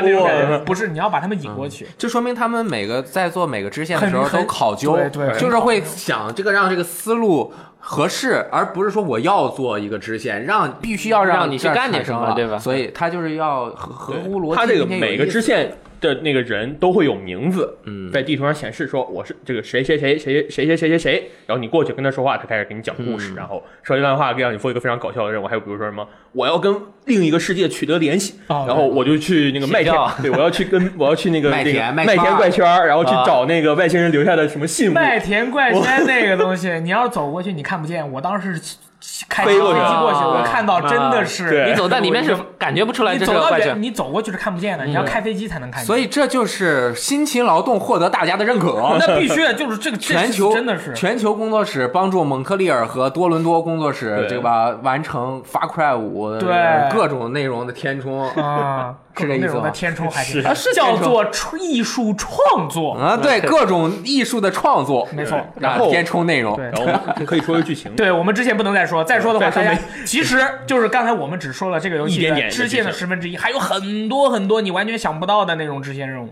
那种感觉不是，你要把他们引过去。
就说明他们每个在做每个支线的时候
很很
都考究，
对对
就是会想这个让这个思路合适，而不是说我要做一个支线，让必须要
让你去
这儿
干点
产生
什么
了
对吧
所以他就是要合合乎逻辑。
他这个
并且有
每个
意思
支线的那个人都会有名字，
嗯
在地图上显示说我是这个谁谁谁谁谁谁谁谁谁，然后你过去跟他说话，他开始给你讲故
嗯
事，然后说一段话，让你做一个非常搞笑的任务。还有比如说什么，我要跟另一个世界取得联系，
哦
然后我就去那个麦
睡
田
觉，
对我要去跟我要去那个
麦
那个
田麦
麦田
圈儿
怪圈儿，然后去
啊
找那个外星人留下的什么信物，
麦田怪圈那个东西，你要是走过去，你看不见。我当时是开飞
飞
机
过去
过去，
啊
我看到真的是
对
你走在里面是感觉不出来
你
这
走
是个
到
怪
远，
圈。
你走过去是看不见的，你要开飞机才能看见。
所以这就是辛勤劳动获得大家的认可。
那必须的就是这个这
全球
真的是
全球工作室帮助蒙特利尔和多伦多工作室
对，
这个吧完成《发快五》
对
各种内容的填充
啊，
是这意思吗
内容的填充还挺
是
大
啊是
叫
填充
做艺术创作，
啊，对各种艺术的创作，
没错。
然后
啊填充内容，
对
然后我们可以说个剧情，
对我们之前不能再说，再说的话，
再说
大家
没
其实就是刚才我们只说了这个游戏
一点点
的
的
支线的
支
十分之一，还有很多很多你完全想不到的那种支线任务。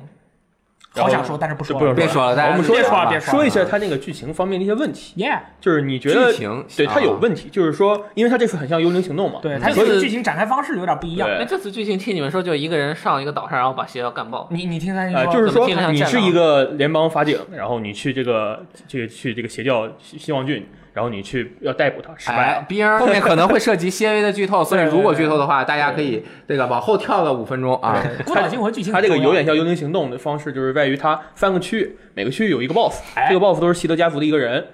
然
好
后
想说，但是不
就
说
不
了
能。
别说了，大家
我们说
别说了别
说一下他那个剧情方面的一些问题。
Yeah，
就是你觉得
啊剧情
对
啊
它有问题，就是说，因为它这次很像《幽灵行动》嘛，
对，它
嗯所
这
以
个剧情展开方式有点不一样。
对
那这次剧情听你们说，就一个人上一个岛上，然后把邪妖干爆。
你你听三星
呃，
说，
就是
怎么
说
听着像
你
战
是
狼
一个联邦法警，然后你去这个这个去这个邪教西西望郡，然后你去要逮捕他，失败
哎
了。，
冰儿后面可能会涉及些微的剧透，所以
对对
如果剧透的话，大家可以这个往后跳个五分钟啊。
孤岛惊魂剧情
它
很
这
重要，
个有点像《幽灵行动》的方式，就是在于它三个区域，每个区域有一个 BOSS，
哎
这个 BOSS 都是希德家族的一个人。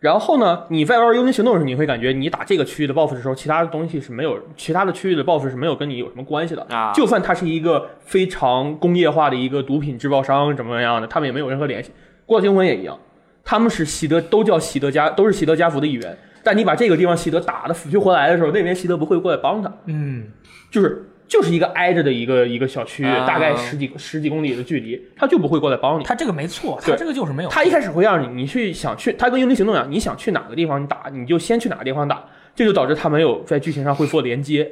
然后呢，你在玩《幽灵行动》的时候，你会感觉你打这个区域的 BOSS 的时候，其他的东西是没有，其他的区域的 BOSS 是没有跟你有什么关系的
啊
就算它是一个非常工业化的一个毒品制造商怎么样的，他们也没有任何联系。《过惊魂》也一样，他们是习德，都叫习德家，都是习德家族的一员。但你把这个地方习德打得死去活来的时候，那边习德不会过来帮他，
嗯，
就是就是一个挨着的一个一个小区域，
啊
大概十几十几公里的距离，他就不会过来帮你。
它这个没错，它
对
这个就是没有。
他一开始会让你你去想去，他跟幽灵行动一样，你想去哪个地方你打，你就先去哪个地方打，这就导致他没有在剧情上会做连接，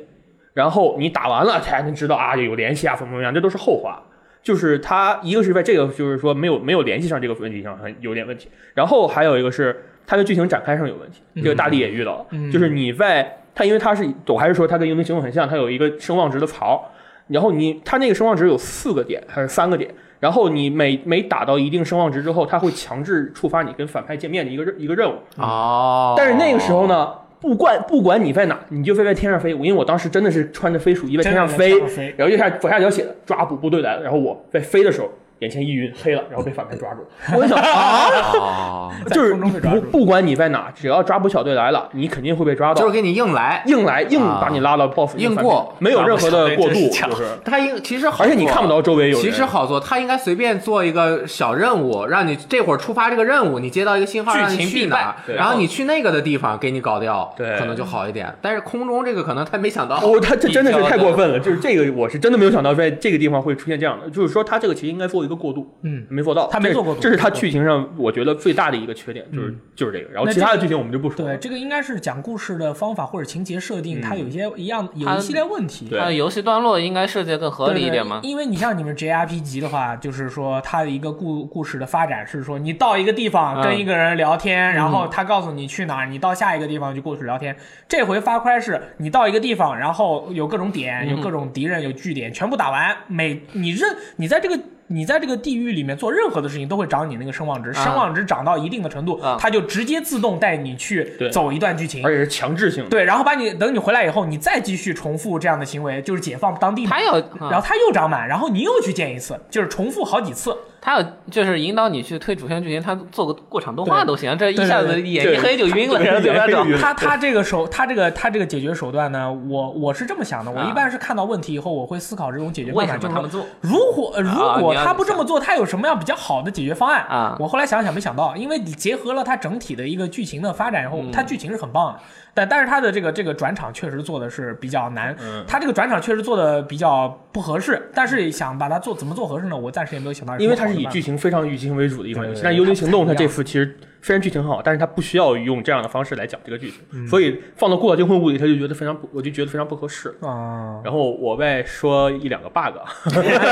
然后你打完了才能知道啊有联系啊怎么怎么样，这都是后话。就是他一个是在这个就是说没有没有联系上这个问题上很有点问题，然后还有一个是他的剧情展开上有问题，这个大力也遇到了，
嗯
就是你在他因为他是我还是说他跟幽灵行动很像，他有一个声望值的槽，然后你它那个声望值有四个点还是三个点，然后你每每打到一定声望值之后，它会强制触发你跟反派见面的一个任一个任务。
哦，
但是那个时候呢，
哦
不管不管你在哪，你就飞在天上飞。因为我当时真的是穿着飞鼠衣在天上
真
飞
的在天上飞，
然后右下左下角写的抓捕部队来了，然后我在飞的时候。眼前一晕，黑了，然后被反派抓 住。我就想啊，
哦，
就是
在空中被抓
不
住
不管你在哪，只要抓捕小队来了，你肯定会被抓到。
就是给你硬来，
硬来，硬
啊
把你拉到 BOSS
硬
反面
过
没有任何的过渡，
真是强
就是。
他应其实好，
而且你看不。到周围有人。
其实好做，他应该随便做一个小任务，让你这会儿触发这个任务，你接到一个信号，
剧情
让你去哪
必败
儿，
对
然后你去那个的地方给你搞掉，
对
可能就好一点。但是空中这个可能他没想到，
哦，他这真的是
比较
太
的
过分了，就是这个我是真的没有想到在这个地方会出现这样的，就是说他这个其实应该做一个过渡，
嗯，
没做到。
他没
这
做过渡
这是他剧情上我觉得最大的一个缺点，就是、
嗯
就是这个。然后
那
其
这
他的剧情我们就不说了。
对，这个应该是讲故事的方法或者情节设定，
嗯
它有一些一样有
它
一系列问题。
对
它的游戏段落应该设计得更合理一点嘛
对对。因为你像你们 JRPG 的话，就是说它的一个故故事的发展是说，你到一个地方
嗯
跟一个人聊天，然后他告诉你去哪儿，你到下一个地方就过去聊天。这回发快是你到一个地方，然后有各种点，
嗯
有各种敌人，有据点，全部打完，每你任你在这个。你在这个地域里面做任何的事情都会涨你那个声望值，
啊
声望值涨到一定的程度，
啊
它就直接自动带你去
对
走一段剧情
而，且是强制性的。
对，然后把你等你回来以后，你再继续重复这样的行为，就是解放当地嘛
它有，
然后
啊
它又长满，然后你又去见一次，就是重复好几次。
它有，就是引导你去推主线剧情，它做个过场动画
对
都行，这一下
对对
子眼一黑就晕了，
对
然后就
眼
那
黑就
种
晕。对
它它这个手，它这个它这个解决手段呢，我我是这么想的，我
啊
一般是看到问题以后，我会思考这种解决
为
办
什
法，
么
就是
他们做？
如果呃
啊
如果
你要
他不这么做，他有什么样比较好的解决方案
啊
我后来想想没想到，因为你结合了它整体的一个剧情的发展以后，它剧情是很棒的，但但是它的这个这个转场确实做的是比较难，
嗯
它这个转场确实做的比较不合适，但是想把它做怎么做合适呢？我暂时也没有想到有
因
什
为
么好
它
的办法，
是以剧情非常以剧情为主的一款游戏，
对
但《幽灵行动》
它不太
它
一
这
样
次其实虽然剧情很好，但是它不需要用这样的方式来讲这个剧
嗯
情，所以放到《过岛惊魂五》里，他就觉得非常不，我就觉得非常不合适。
啊。
然后我外说一两个 bug，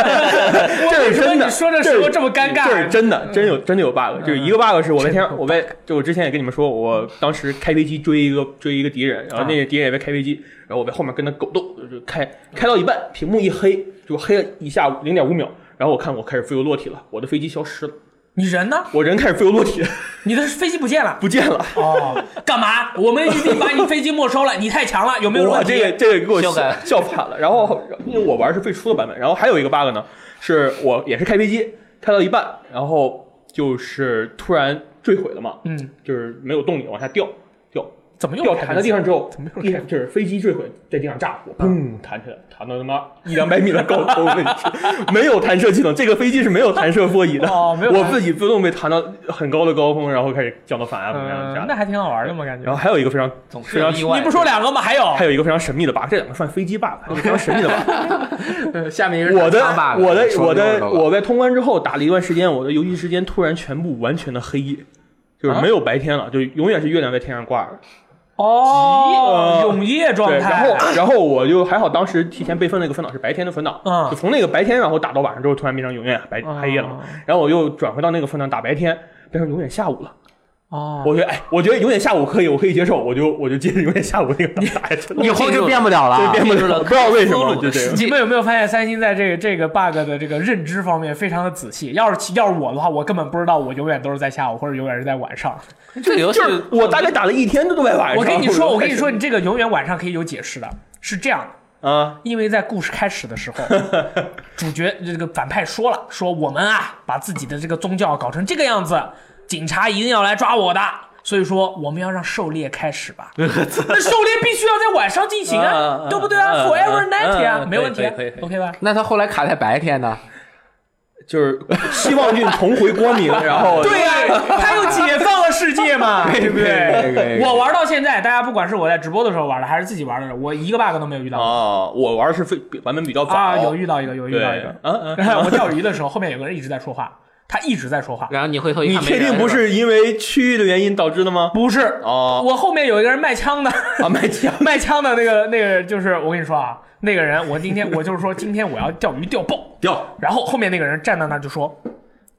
这是真的。
你说这时
这
候
是
这么尴尬，嗯
这是真的，真有真的有 bug。就是一个 bug 是我那天我被就我之前也跟你们说，我当时开飞机追一个追一个敌人，
啊
然后那个敌人也被开飞机，然后我在后面跟他狗斗，就是开开到一半，屏幕一黑，就黑了一下零点五秒，然后我看我开始飞游落体了，我的飞机消失了，
你人呢？
我人开始飞游落体
你的飞机不见了。
不见了。
哦， 干嘛？我们一定把你飞机没收了，你太强了，有没有
哇，
问题？
这个这个给我
修改
笑笑惨了。然后因为我玩的是最初的版本，然后还有一个 bug 呢，是我也是开飞机开到一半，然后就是突然坠毁了嘛，
嗯，
就是没有动力往下掉掉
怎么又
掉弹到地上之后
怎么，又
地上就是飞机坠毁，在地上炸，我
嗯
砰弹起来，弹到他妈一两百米的高空位置， 没有弹射系统，这个飞机是没有弹射座椅的，
哦没有弹
我自己自动被弹到很高的高空，然后开始降到反 up 然后
嗯
下，
那
来。
还挺好玩的嘛，感觉。
然后还有一个非常
总是
非常
有意外
你不说两个吗？还有，
还有一个非常神秘的 bug，这两个算飞机 bug，还有一个非常神秘的 bug。 呃
下面一 个是
我的
长发
我的
手
我
肘
的
了
我在通关之后打了一段时间，我的游戏时间突然全部完全的黑夜，
啊
就是没有白天了，就永远是月亮在天上挂着。
哦，
急呃
永夜状
对，
态。
然后然后我就还好，当时提前备份了一个存档是白天的存档，
嗯
就从那个白天然后打到晚上之后，突然变成永远白
啊
黑夜了嘛。然后我又转回到那个存档打白天，变成永远下午了。
哦，
我觉得哎，我觉得永远下午可以，我可以接受，我就我就接着永远下午那个打下去了。
以后就变不了了
就
啊。
变不
进入
了，
了
不知道为什么
科
就
鲁的
这
世
个。
你们有没有发现三星在这个这个 bug 的这个认知方面非常的仔细？要是要是我的话，我根本不知道我永远都是在下午，或者永远是在晚上。
这个游戏
就是我大概打了一天都都在晚上。
我跟你说，我跟你说，
开
你这个永远晚上可以有解释的，是这样的。
始啊，
因为在故事开始的时候，主角这个反派说了，说我们啊，把自己的这个宗教搞成这个样子，警察一定要来抓我的。所以说，我们要让狩猎开始吧。那狩猎必须要在晚上进行
啊啊
啊，
啊
对不对啊
啊啊
？Forever
啊
night
啊
啊
啊，
没问题啊
可以可以可以
，OK 吧？
那他后来卡在白天呢？
就是希望郡重回光明，然后
对呀、他又解放了世界嘛，对不
可以可以可
对
以？
我玩到现在，大家不管是我在直播的时候玩的，还是自己玩的时候，我一个 bug 都没有遇到过。
啊，我玩的是非版本比较早，
啊，有遇到一个，有遇
对，
到一个
哦嗯。嗯，
我钓鱼的时候，后面有个人一直在说话，他一直在说话。
然后你回头一
你
看，没
确
人
定不
是吧
是因为区域的原因导致的吗？
不是，
哦，
我后面有一个人卖枪的，
啊，卖 枪，
卖枪的那个那个就是我跟你说啊，那个人我今天我就是说今天我要钓鱼钓爆，
掉，
然后后面那个人站在那儿就说。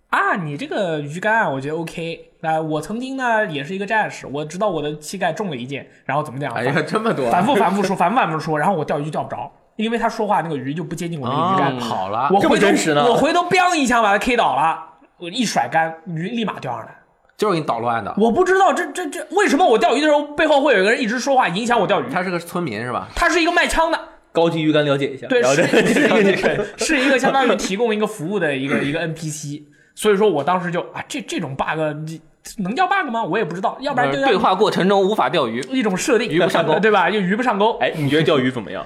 啊，你这个鱼竿啊，我觉得 OK。那我曾经呢也是一个战士，我知道我的膝盖中了一箭，然后怎么讲？
哎呀，这么多，
反复反复说，反复反复说，然后我钓鱼就钓不着，因为他说话那个鱼就不接近我那个鱼竿，
干跑了。
我
这么
回头
真实呢
我回头 biang 一枪把他 K 倒了，我一甩杆，鱼立马钓上来。
就是给你捣乱的。
我不知道这这这为什么我钓鱼的时候背后会有一个人一直说话影响我钓鱼。
他是个村民是吧？
他是一个卖枪的，
高级鱼竿了解一下，
对，
然后
是
这
是
这个女生，
是是一个相当于提供一个服务的一个一个 NPC，所以说我当时就啊，这这种 bug 你能叫 bug 吗？我也不知道，要不
呃
然就
呃对
要
话过程中无法钓鱼，
一种设定，
鱼不上钩
对吧？就鱼不上钩，
哎，你觉得钓鱼怎么样？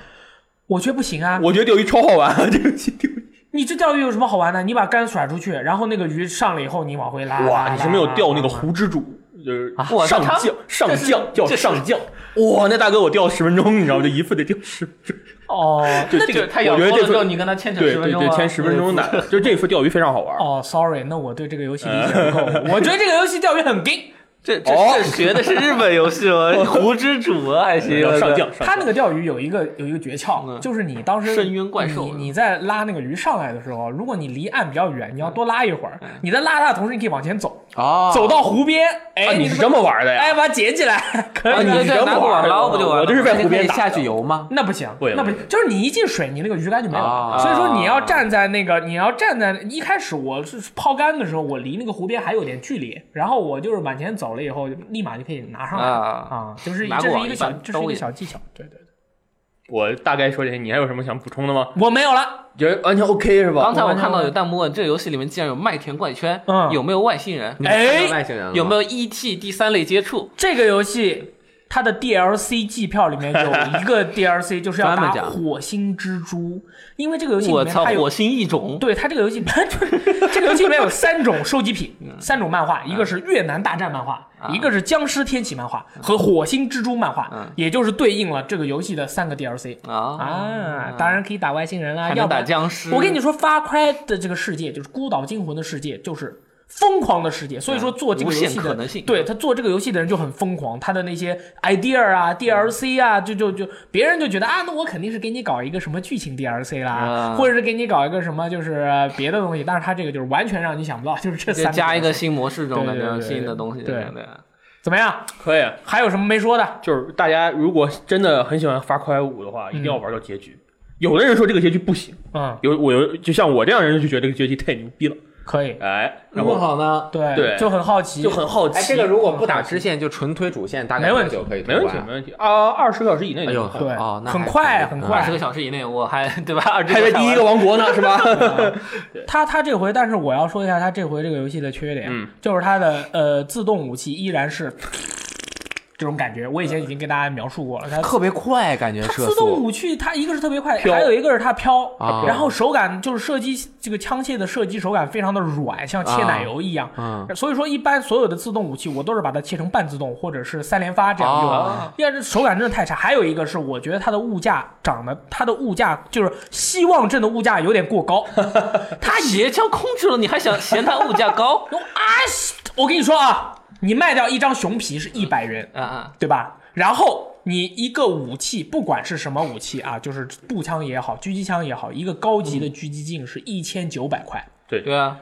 我觉得不行啊！
我觉得钓鱼超好玩，这个游戏钓鱼，
你这钓鱼有什么好玩的？你把竿甩出去，然后那个鱼上了以后，你往回拉。
哇，
拉
啊你是没有
拉
钓那
拉
个
拉
湖之主，就是
哇
上
那他
将上将叫
这是
上将，哇，那大哥我掉十分钟，你知道吗？就一次得掉十分钟。
哦
就
那
这
就
个
是他咬
我觉得
钩
这
了之
次
后，你跟他牵扯
对
十
对
分钟
对，
啊
牵十分钟嗯奶，就这次钓鱼非常好玩。
哦，sorry，那我对这个游戏理解不够， 我觉得这个游戏钓鱼很 gay。
这这
哦
这学的是日本游戏吗？ 胡之主啊，还行，
要上将，上
他那个钓鱼有一个有一个诀窍，就是你当时
深渊怪兽
你你在拉那个鱼上来的时候，如果你离岸比较远，你要多拉一会儿。你在拉它的同时，你可以往前走，
哦，
走到湖边，
啊
哎，
你
你
是这么玩的呀？
哎把它捡起来，可
啊
以
你
的。
是这么玩的
捞我这是在
那
湖
可
边
以
打的
下去游吗？
那不行，
不行
那不
不
行，就是你一进水，你那个鱼竿就没有了。
啊
所以说你要站在那个，你要站在一开始我是抛竿的时候，我离那个湖边还有点距离，然后我就是往前走了以后，立马就可以拿上来
啊
啊，就是
拿
这是
过网
一个
一
小
般
这是一
兜
个
里
小技巧，对对对，
我大概说这些，你还有什么想补充的吗？
我没有了，
觉得完全 OK 是吧
刚才我看到有弹幕问，这个游戏里面竟然有麦田怪圈
嗯，
有没有外星人？
哎，外星人了吗
有没有 ET 第三类接触？
这个游戏。它的 DLC 季票里面有一 个 DLC 就是要
专门
打
讲
火星蜘蛛，因为这个游戏里
我
面
操，
它有
火星异种！
对它这个游戏， 这个游戏里面有三种收集品，三种漫画，一个是越南大战漫画，
啊
一个是僵尸天启漫画和火星蜘蛛漫画
嗯，
也就是对应了这个游戏的三个 DLC 啊
啊。
当然可以打外星人啦，
还
要
能
不然
打僵尸
我跟你说，发快的这个世界就是孤岛惊魂的世界，就是。疯狂的世界，所以说做这个游
啊无
戏
限
的
可能性
对他做这个游戏的人就很疯狂，他的那些 idea
嗯
啊、DLC 啊，就就就别人就觉得啊，那我肯定是给你搞一个什么剧情 DLC 啦，
啊
或者是给你搞一个什么就是别的东西，但是他这个就是完全让你想不到，就是这
再
三
加一个
DLC
新模式这种
对
感
对
觉，
对对
新的东西，
对
对。
怎么样？
可以，
还有什么没说的？
就是大家如果真的很喜欢发快五的话，一定要玩到结局。有的人说这个结局不行，
嗯，
有我有就像我这样人就觉得这个结局太牛逼了，
可以，
哎，
那
然
么
后
好呢？
对，
对
就很好奇，
就很好奇。
哎，这个如果不打支线，就纯推主线，大概
没问题
多久可以通
没问题，
关
没问题啊，二十个小时以内就
哎呦
能看
对，
哦那还
很快
可以
很
二
快
十，个小时以内，我还对吧？二十
还在第一个王国呢，是吧？
他他这回，但是我要说一下他这回这个游戏的缺点，
嗯
就是他的呃自动武器依然是这种感觉。我以前已经跟大家描述过了，它
特别快，感觉
它
射
自动
速
武器，它一个是特别快，
飘
还有一个是它飘，
啊
然后手感就是射击这个枪械的射击手感非常的软，像切奶油一样。
啊
所以说一般所有的自动武器我都是把它切成半自动或者是三连发这样用。
啊
因为这手感真的太差。还有一个是我觉得它的物价涨的，它的物价就是希望镇的物价有点过 高，它也？
斜枪控制哎了，你还想嫌它物价高
啊！我跟你说啊，你卖掉一张熊皮是一百元，
啊啊！
对吧？然后你一个武器，不管是什么武器啊，就是步枪也好，狙击枪也好，一个高级的狙击镜是一千九百块。
对啊，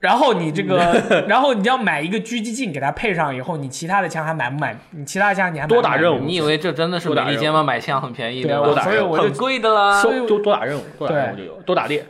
然后你这 个，然后你要买一个狙击镜给它配上以后，你其他的枪还买不买？你其他枪你还买不买
多打任务
你以为这真的是
多打
美利坚吗？买枪很便宜，
对啊
多
我
打
吧？
所以
任务
我
很
就
贵的啦。
收多多打任务，多打任务就
哎对
有，多打猎。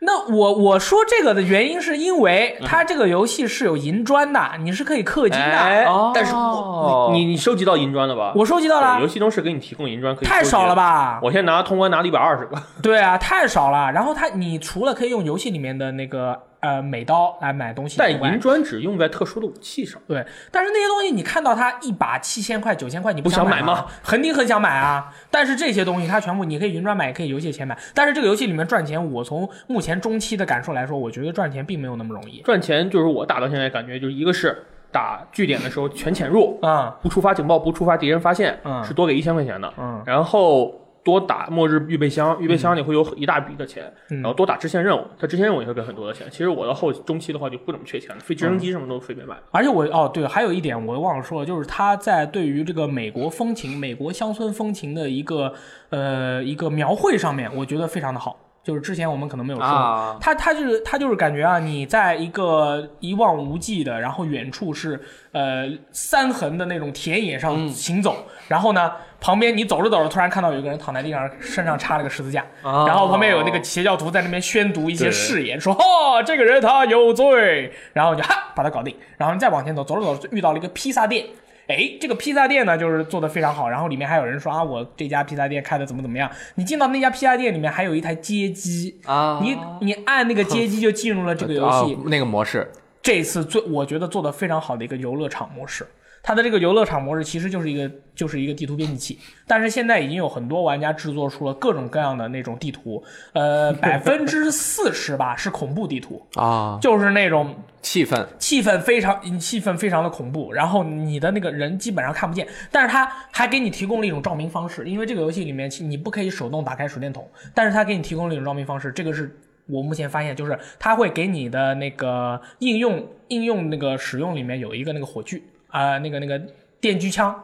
那我我说这个的原因是因为它这个游戏是有银砖的，你是可以氪金
哎
的。啊
哦，
但是我你你收集到银砖了吧？
我收集到
对游
了，啊
戏中是给你提供银砖，可以
太
收集
少了？吧？
我现在拿通关拿了一百二十个，
对啊，太少了。然后它，你除了可以用游戏里面的那个呃美刀来买东西以
但
外，
银砖只用在特殊的武器上。
对，但是那些东西你看到它一把七千块、九千块，你不
不想
买
买吗？
肯定很想买啊！但是这些东西它全部你可以云转买，也可以游戏钱买。但是这个游戏里面赚钱，我从目前中期的感受来说，我觉得赚钱并没有那么容易。
赚钱就是我打到现在感觉就是一个是打据点的时候全潜入，
嗯
不触发警报，不触发敌人发现，
嗯
是多给一千块钱的，
嗯
然后。多打末日预备箱，预备箱里会有一大笔的钱，
嗯
然后多打支线任务，它支线任务也会给很多的钱。其实我到后中期的话就不怎么缺钱了，飞直升
嗯
机什么都随便买。
而且我哦对，还有一点我忘了说，就是他在对于这个美国风情、美国乡村风情的一个呃一个描绘上面，我觉得非常的好。就是之前我们可能没有说，
啊
他他就是他就是感觉啊，你在一个一望无际的，然后远处是呃三横的那种田野上行走，然后呢旁边你走着走着，突然看到有一个人躺在地上，身上插了个十字架，
哦
然后旁边有那个邪教徒在那边宣读一些
对
誓言，说哦，这个人他有罪，然后你就哈把他搞定，然后你再往前走，走着走着就遇到了一个披萨店。哎，这个披萨店呢，就是做的非常好，然后里面还有人说啊，我这家披萨店开的怎么怎么样。你进到那家披萨店里面，还有一台街机，
啊，
你你按那个街机就进入了这个游
啊
戏。
那个模式
这次最我觉得做的非常好的一个游乐场模式，它的这个游乐场模式其实就是一个就是一个地图编辑器，但是现在已经有很多玩家制作出了各种各样的那种地图，呃，百分之四十吧是恐怖地图，
啊，
就是那种
气氛
气氛非常气氛非常的恐怖，然后你的那个人基本上看不见，但是它还给你提供了一种照明方式，因为这个游戏里面其你不可以手动打开手电筒，但是它给你提供了一种照明方式，这个是我目前发现，就是它会给你的那个应用应用那个使用里面有一个那个火炬啊、呃那个那个电狙枪，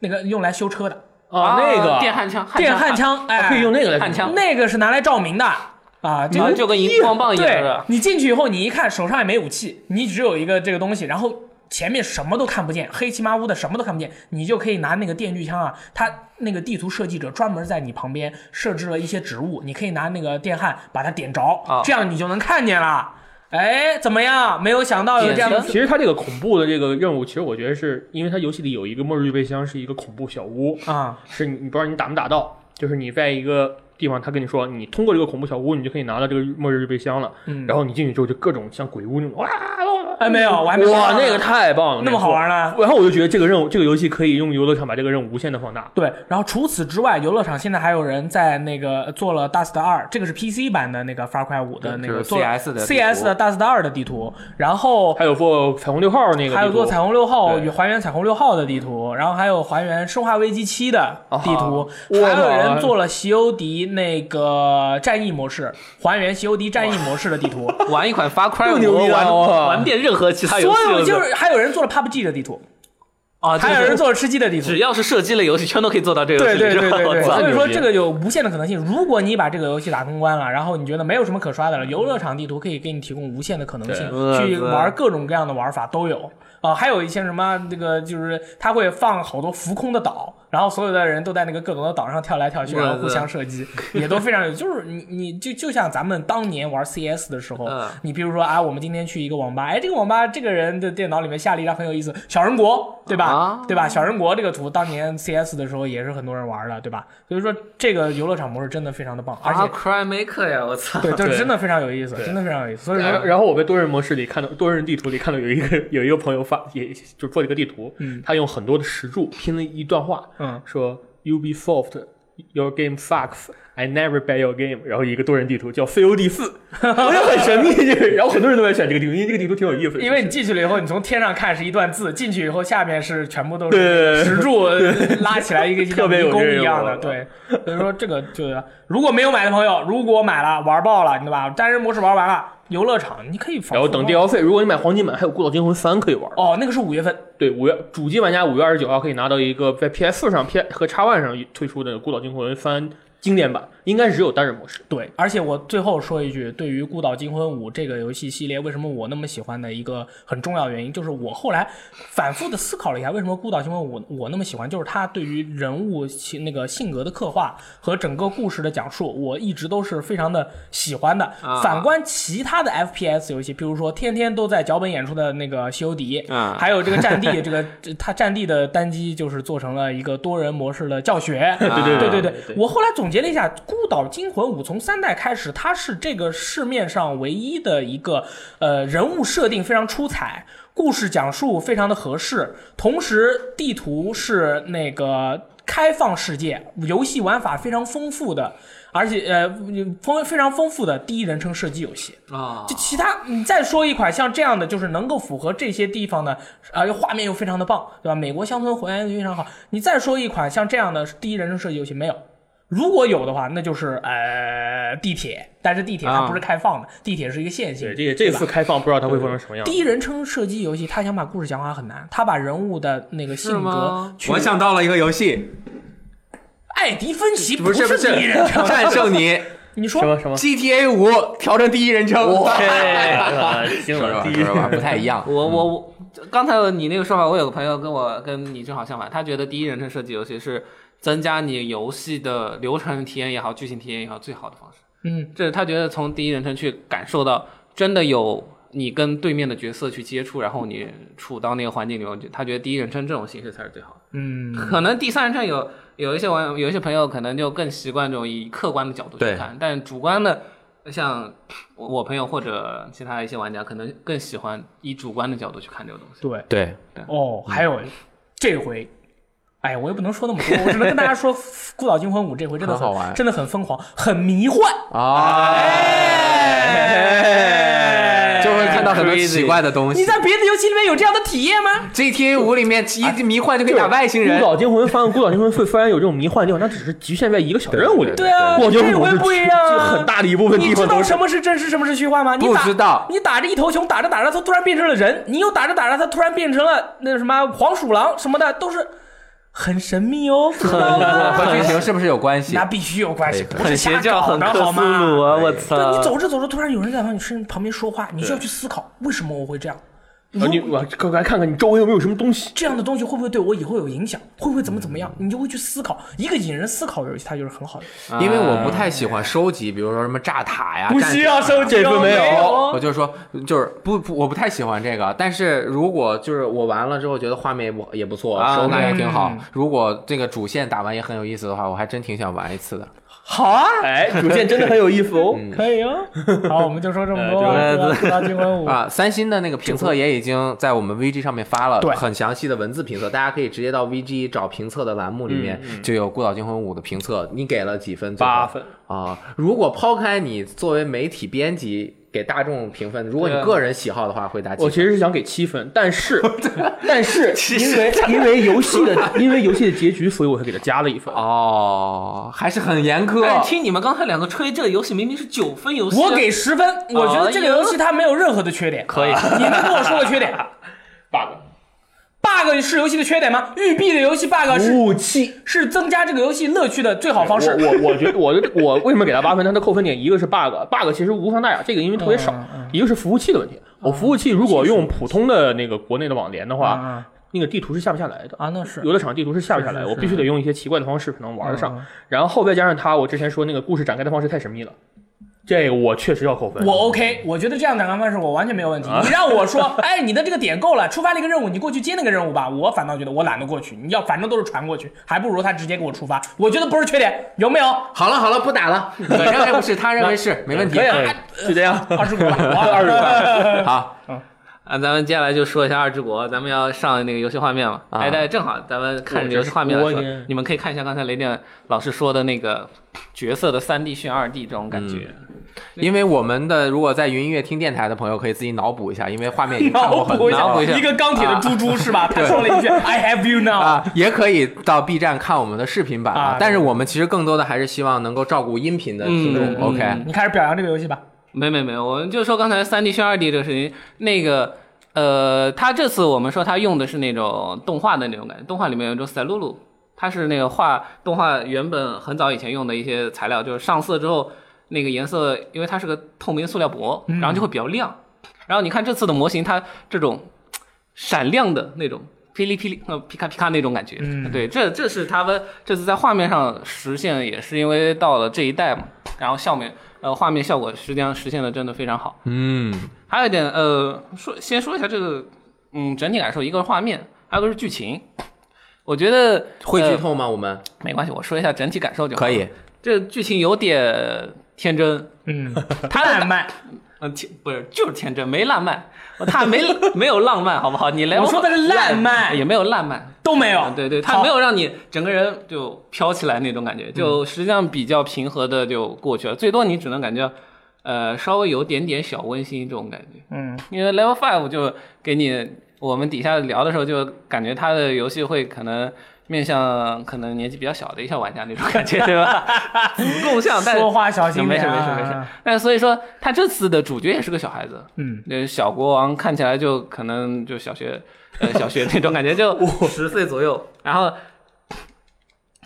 那个用来修车的
啊，那个
电焊枪，焊
电焊，枪，哎，
哦可以用那个来
焊枪
那个是拿来照明的啊，这
啊
个
就跟荧光棒一样
对
的，
你进去以后，你一看手上也没武器，你只有一个这个东西，然后前面什么都看不见，黑漆麻乌的什么都看不见，你就可以拿那个电锯枪啊，它那个地图设计者专门在你旁边设置了一些植物，你可以拿那个电焊把它点着，
啊
这样你就能看见了。哎，怎么样？没有想到有这样的
点
其实它这个恐怖的这个任务，其实我觉得是因为它游戏里有一个末日预备箱，是一个恐怖小屋，
啊、
是你你不知道你打没打到，就是你在一个地方，他跟你说你通过这个恐怖小屋，你就可以拿到这个末日预备箱了。
嗯
然后你进去之后就各种像鬼屋那种哇，
哎，没有，我还没
哇，
想到
那个太棒了，
那么好玩呢。
个。然后我就觉得这个任务，这个游戏可以用游乐场把这个任务无限的放大。
对，然后除此之外，游乐场现在还有人在那个做了 Dust 二，这个是 PC 版的那个 Far Cry 五的那个
就是
做了
CS 的地图
CS 的 Dust 二的地图，然后
还有做彩虹六号那个地图，
还有做彩虹六号
对
与还原彩虹六号的地图，然后还有还原生化危机七的地图，
哇
还有人做了席欧迪那个战役模式，还原席欧迪战役模式的地图，
玩一款发快
又牛逼了哇
玩玩遍任何其他游
所
戏
有
了，
就是还有人做了 PUBG 的地图，
啊，
还有人做了吃鸡的地图
只。要是射击类游戏，全都可以做到这个
对
事情
对对
是吧
对对，
我操
所以
牛
说
逼
这个有无限的可能性。如果你把这个游戏打通关了，然后你觉得没有什么可刷的了，游乐场地图可以给你提供无限的可能性，
对
去
我操
玩各种各样的玩法都有。啊、还有一些什么那个，就是它会放好多浮空的岛，然后所有的人都在那个各种的岛上跳来跳去，
我
然
操
后互相射击，也都非常有。就是你你就就像咱们当年玩 CS 的时候，
嗯
你比如说啊，我们今天去一个网吧，哎，这个网吧这个人的电脑里面下了一张很有意思，小人国，对吧？
啊
对吧？小人国这个图当年 CS 的时候也是很多人玩的，对吧？所以说这个游乐场模式真的非常的棒，而
啊
且
，Cry Maker 呀，我操！
对，就
对
真的非常有意思，真的非常有意思。所以
然后
说，
然后我在多人模式里看到多人地图里看到有一个有一个朋友发，也就做了一个地图，他用很多的石柱拼了一段话，
嗯
说 Ubisoft。Your game sucks. I never buy your game. 然后一个多人地图叫 COD 四，我就很神秘，就是然后很多人都在选这个地图，因为这个地图挺有意思的。
因为你进去了以后，你从天上看是一段字，进去以后下面是全部都
对
是
对对
石柱拉起来一个
特别有
像迷宫
这个
一样的，
我
对。所以说这个就是，如果没有买的朋友，如果买了玩爆了，你对吧？单人模式玩完了，游乐场你可以
然后等
掉
DLC，如果你买黄金版，还有《孤岛惊魂三》可以玩。
哦，那个是五月份，
对，五月主机玩家五月二十九号可以拿到一个在 PS 四上、P 和 X One 上推出的《孤岛惊魂三》经典版，应该是只有单人模式。
对，而且我最后说一句，对于《孤岛惊魂五》这个游戏系列，为什么我那么喜欢的一个很重要原因，就是我后来反复的思考了一下，为什么《孤岛惊魂五》我那么喜欢，就是它对于人物性那个性格的刻画和整个故事的讲述，我一直都是非常的喜欢的。反观其他的 FPS 游戏，比如说天天都在脚本演出的那个《西游记》，
嗯
还有这个《战地》，这个这它《战地》的单机就是做成了一个多人模式的教学。对
对
对
对
对
对
对，我后来总结了一下，《孤岛惊魂五》从三代开始，它是这个市面上唯一的一个呃人物设定非常出彩，故事讲述非常的合适，同时地图是那个开放世界，游戏玩法非常丰富的，而且呃丰非常丰富的第一人称射击游戏。
啊
就其他，你再说一款像这样的，就是能够符合这些地方的，啊，画面又非常的棒，对吧？美国乡村还原非常好。你再说一款像这样的第一人称射击游戏，没有。如果有的话，那就是呃地铁，但是地铁它
啊
不是开放的，地铁是一个线性
对，
的。
这这次开放不知道它会做成什么样。
第一人称射击游戏，他想把故事讲好很难，他把人物的那个性格
吗
去。
我想到了一个游戏，
艾迪芬奇
不是不
是
是
第一人称，
战胜你
你说
什么什 么？
GTA 五调成第一人称，
哎行
说实
了，
话
第
说
一
实话不太一样。
我我我，刚才你那个说法，我有个朋友跟我跟你正好相反，他觉得第一人称射击游戏是增加你游戏的流程体验也好，剧情体验也好，最好的方式。
嗯，
这是他觉得从第一人称去感受到真的有你跟对面的角色去接触，然后你处到那个环境里面，他觉得第一人称这种形式才是最好的。
嗯，
可能第三人称有有一些网友有一些朋友可能就更习惯这种以客观的角度去
对
看，但主观的像我我朋友或者其他一些玩家可能更喜欢以主观的角度去看这个东西。
对
对，
哦，还有这回，哎呀，我也不能说那么多，我只能跟大家说，《 孤岛惊魂五》这回真的
很好玩
真的很疯狂，很迷幻。
哎啊，哎就会看到很多奇怪的东
你
西。
在别的游戏里面有这样的体验吗？
GTA 五里面一迷幻就可以打外星
孤
人，
岛惊魂三、孤岛惊魂四虽然有这种迷幻的地方，但只是局限在一个小任务里。
对啊
我觉得
这回
我是
不一样啊
就很大的一部分
你
地
知
方
道
都是
什么是真实，什么是虚幻吗？你
不
打
知道
你打着一头熊，打着打着它突然变成了人，你又打着打着它突然变成了那什么黄鼠狼什么的，都是很神秘哦，不知道
和
吗
剧情是不是有关系
那？必须有关系，不是
很
瞎
邪教，
搞
很
的
克
好
苏
嗯
鲁
吗？
啊！我
对你
操，
走着走着，突然有人在旁你身旁边说话，你就要去思考为什么我会这样。
啊你我赶快看看你周围有没有什么东西。
这样的东西会不会对我以后有影响？会不会怎么怎么样？你就会去思考。一个引人思考的游戏，它就是很好的。
因为我不太喜欢收集，比如说什么炸塔呀，战士啊
收集
这份没有
我就说，就是不不，我不太喜欢这个。但是如果就是我玩了之后觉得画面也不也不错，
啊
手感也
嗯
挺好，如果这个主线打完也很有意思的话，我还真挺想玩一次的。
好啊，
哎，主线真的很有意思哦。
可以哦。好，我们就说这么多吧。
哎对
不要不要惊魂舞。
啊，三星的那个评测也已经在我们 VG 上面发了
对
很详细的文字评测，大家可以直接到 VG 找评测的栏目里面就有《孤岛惊魂五》的评测，你给了几分？
八分
啊！如果抛开你作为媒体编辑给大众评分，如果你
对啊
个人喜好的话，会打几
我
分？
其实是想给七分，但是但是因为因为游戏的因为游戏的结局，所以我才给它加了一分。
哦，还是很严苛。哦
哎，听你们刚才两个吹这个游戏，明明是九分游戏啊，
我给十分，我觉得这个游戏它没有任何的缺点。
可以，
你能跟我说个缺点
bug
？bug 是游戏的缺点吗？育碧的游戏 bug 是、
武器。
是增加这个游戏乐趣的最好方
我
式。
我我觉得我我为什么给他八分？它的扣分点一个是 bug，bug 其实无伤大雅，这个因为特别少
嗯。
一个是服务器的问题，我服务器如果用普通的那个国内的网联的话，
啊
那个地图是下不下来的。
啊，那是
游乐场地图是下不下来，
是是
我必须得用一些奇怪的方式才能玩得
嗯嗯
上。然后再加上它，我之前说那个故事展开的方式太神秘了，这个我确实要扣分。
我 OK，我觉得这样展开方式我完全没有问题。你让我说， 哎，你的这个点够了，触发了一个任务，你过去接那个任务吧。我反倒觉得我懒得过去，你要反正都是传过去，还不如他直接给我触发。我觉得不是缺点，有没有？
好了好了，不打了。我认为不是，他认为是，没问题
可。以啊，就这样。
二十五吧，二十五。
好，
啊，咱们接下来就说一下《二之国》，咱们要上那个游戏画面嘛。
啊
哎，对，正好咱们看着游戏画面来
我
说
也，
你们可以看一下刚才雷电老师说的那个角色的三 D 炫二 D 这种感觉。
因为我们的如果在云音乐听电台的朋友可以自己脑补一下，因为 画面已经看过很
补
多
一
了
下，
脑补一下
一个钢铁的猪猪是吧？他说了一句 “I have you now”，
啊，也可以到 B 站看我们的视频版
啊
啊。但是我们其实更多的还是希望能够照顾音频的听
嗯
众。OK，
嗯你开始表扬这个游戏吧。
没没没，我们就说刚才三 D 炫二 D 这个事情，那个呃，他这次我们说他用的是那种动画的那种感觉，动画里面有一种赛璐璐，它是那个画动画原本很早以前用的一些材料，就是上色之后那个颜色，因为它是个透明塑料膜，然后就会比较亮。然后你看这次的模型，它这种嘖闪亮的那种。噼里噼里，呃，皮卡皮卡那种感觉，
嗯
对，这这是他们这次在画面上实现，也是因为到了这一代嘛，然后下面呃画面效果实际上实现的真的非常好。
嗯，
还有一点，呃，说先说一下这个，嗯，整体感受，一个是画面，还有一个是剧情。我觉得
会剧
呃
透吗？我们
没关系，我说一下整体感受就好
可。以。
这剧情有点天真，
嗯，
他
烂漫。
嗯，天不是就是天真，没浪漫，他没 没有浪漫，好不好？你来
我说的是烂漫
也没有浪漫，
都没有
嗯，对对，
好
他没有让你整个人就飘起来那种感觉，
嗯
就实际上比较平和的就过去了，最多你只能感觉，呃，稍微有点点小温馨这种感觉。
嗯，
因为 Level Five 就给你，我们底下聊的时候就感觉他的游戏会可能面向可能年纪比较小的一些玩家那种感觉，对 吧？共享，但
说话小心
没
点
事没
啊
事没事。但所以说，他这次的主角也是个小孩子，
嗯，
那小国王看起来就可能就小学，呃，小学那种感觉，就十岁左右。然后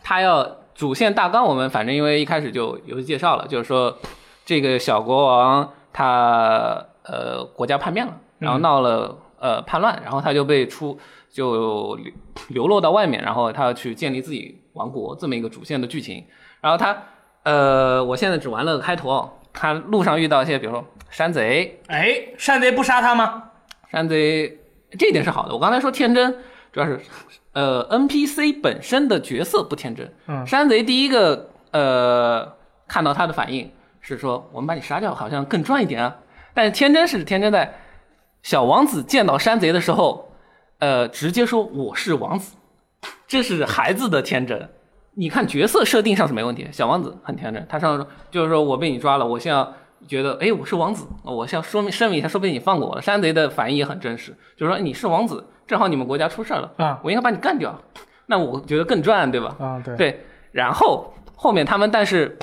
他要主线大纲，我们反正因为一开始就游戏介绍了，就是说这个小国王他呃国家叛变了，然后闹了、呃叛乱，然后他就被出就流流落到外面，然后他要去建立自己王国这么一个主线的剧情。然后他呃，我现在只玩了开头哦，他路上遇到一些比如说山贼，
哎，山贼不杀他吗？
山贼这一点是好的。我刚才说天真，主要是呃 NPC 本身的角色不天真。
嗯
山贼第一个呃看到他的反应是说我们把你杀掉好像更赚一点啊，但是天真是天真在小王子见到山贼的时候，呃直接说我是王子。这是孩子的天真。你看角色设定上是没问题，小王子很天真，他上来说就是说我被你抓了，我现在觉得哎我是王子，我想说明声明一下，说不定你放过我了。山贼的反应也很真实，就是说你是王子，正好你们国家出事儿了
啊
我应该把你干掉，那我觉得更赚，对吧？
啊，对，
对，然后后面他们但是，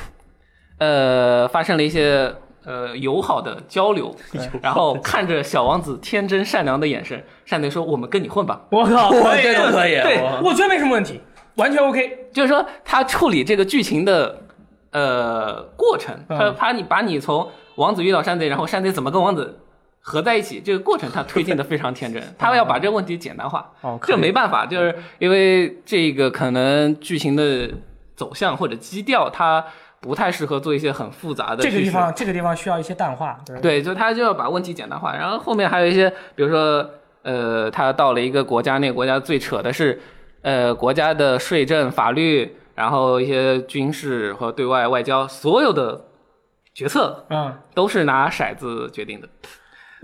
呃，发生了一些呃友好的交流，然后看着小王子天真善良的眼神，善贼说：“我们跟你混吧。
我靠，可以
这个可以
对
我，
我觉得没什么问题，完全 OK。”
就是说他处理这个剧情的呃过程，他
嗯
把你把你从王子遇到山贼，然后山贼怎么跟王子。合在一起这个过程，他推进的非 常天真，他要把这个问题简单化。
哦可以
这没办法，就是因为这个可能剧情的走向或者基调，它不太适合做一些很复杂的
这个
叙
地
事
方，这个地方需要一些淡化。对，
对，就他就要把问题简单化。然后后面还有一些，比如说，呃，他到了一个国家，那个国家最扯的是，呃，国家的税政、法律，然后一些军事和对外外交，所有的决策
嗯，
都是拿骰子决定的。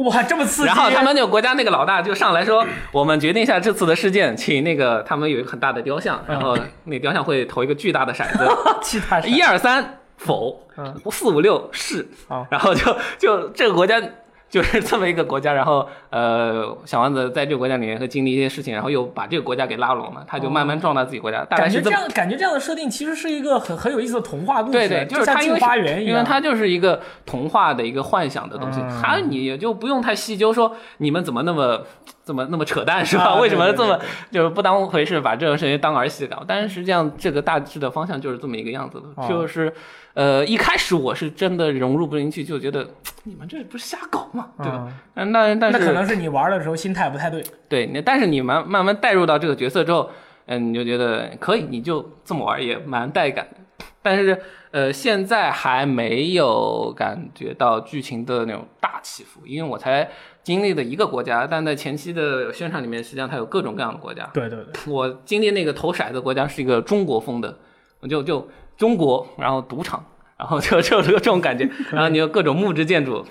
哇，这么刺激！
然后他们那个国家那个老大就上来说，我们决定一下这次的事件，请那个他们有一个很大的雕像，然后那雕像会投一个巨大的骰子，
其他是嗯
一二三否，四五六是
好，
然后就就这个国家就是这么一个国家，然后呃，小王子在这个国家里面会经历一些事情，然后又把这个国家给拉拢了，他就慢慢壮大自己国家，大
哦
概
感觉
是
这
这么。
样，感觉这样的设定其实是一个很很有意思的童话故事，
对对，
就是像
它因
进
为
花园一
因
样。
为它就是一个童话的一个幻想的东西，
嗯
它你也就不用太细究说你们怎么那么怎么那么扯淡是吧？
啊对
为什么
对对
这么就是不当回事，把这种事情当儿戏搞？但是实际上这个大致的方向就是这么一个样子的，
哦
就是呃一开始我是真的融入不进去，就觉得你们这不是瞎搞嘛，对吧？
嗯
嗯、但但
那
是
可能是你玩的时候心态不太对，
对，你但是你慢慢慢带入到这个角色之后，嗯，你就觉得可以，你就这么玩儿也蛮带感的。 但是呃，现在还没有感觉到剧情的那种大起伏，因为我才经历了一个国家，但在前期的宣传里面，实际上它有各种各样的国家。
对对对，
我经历那个投骰子国家是一个中国风的，我就就中国，然后赌场，然后就就就这种感觉，然后你有各种木质建筑，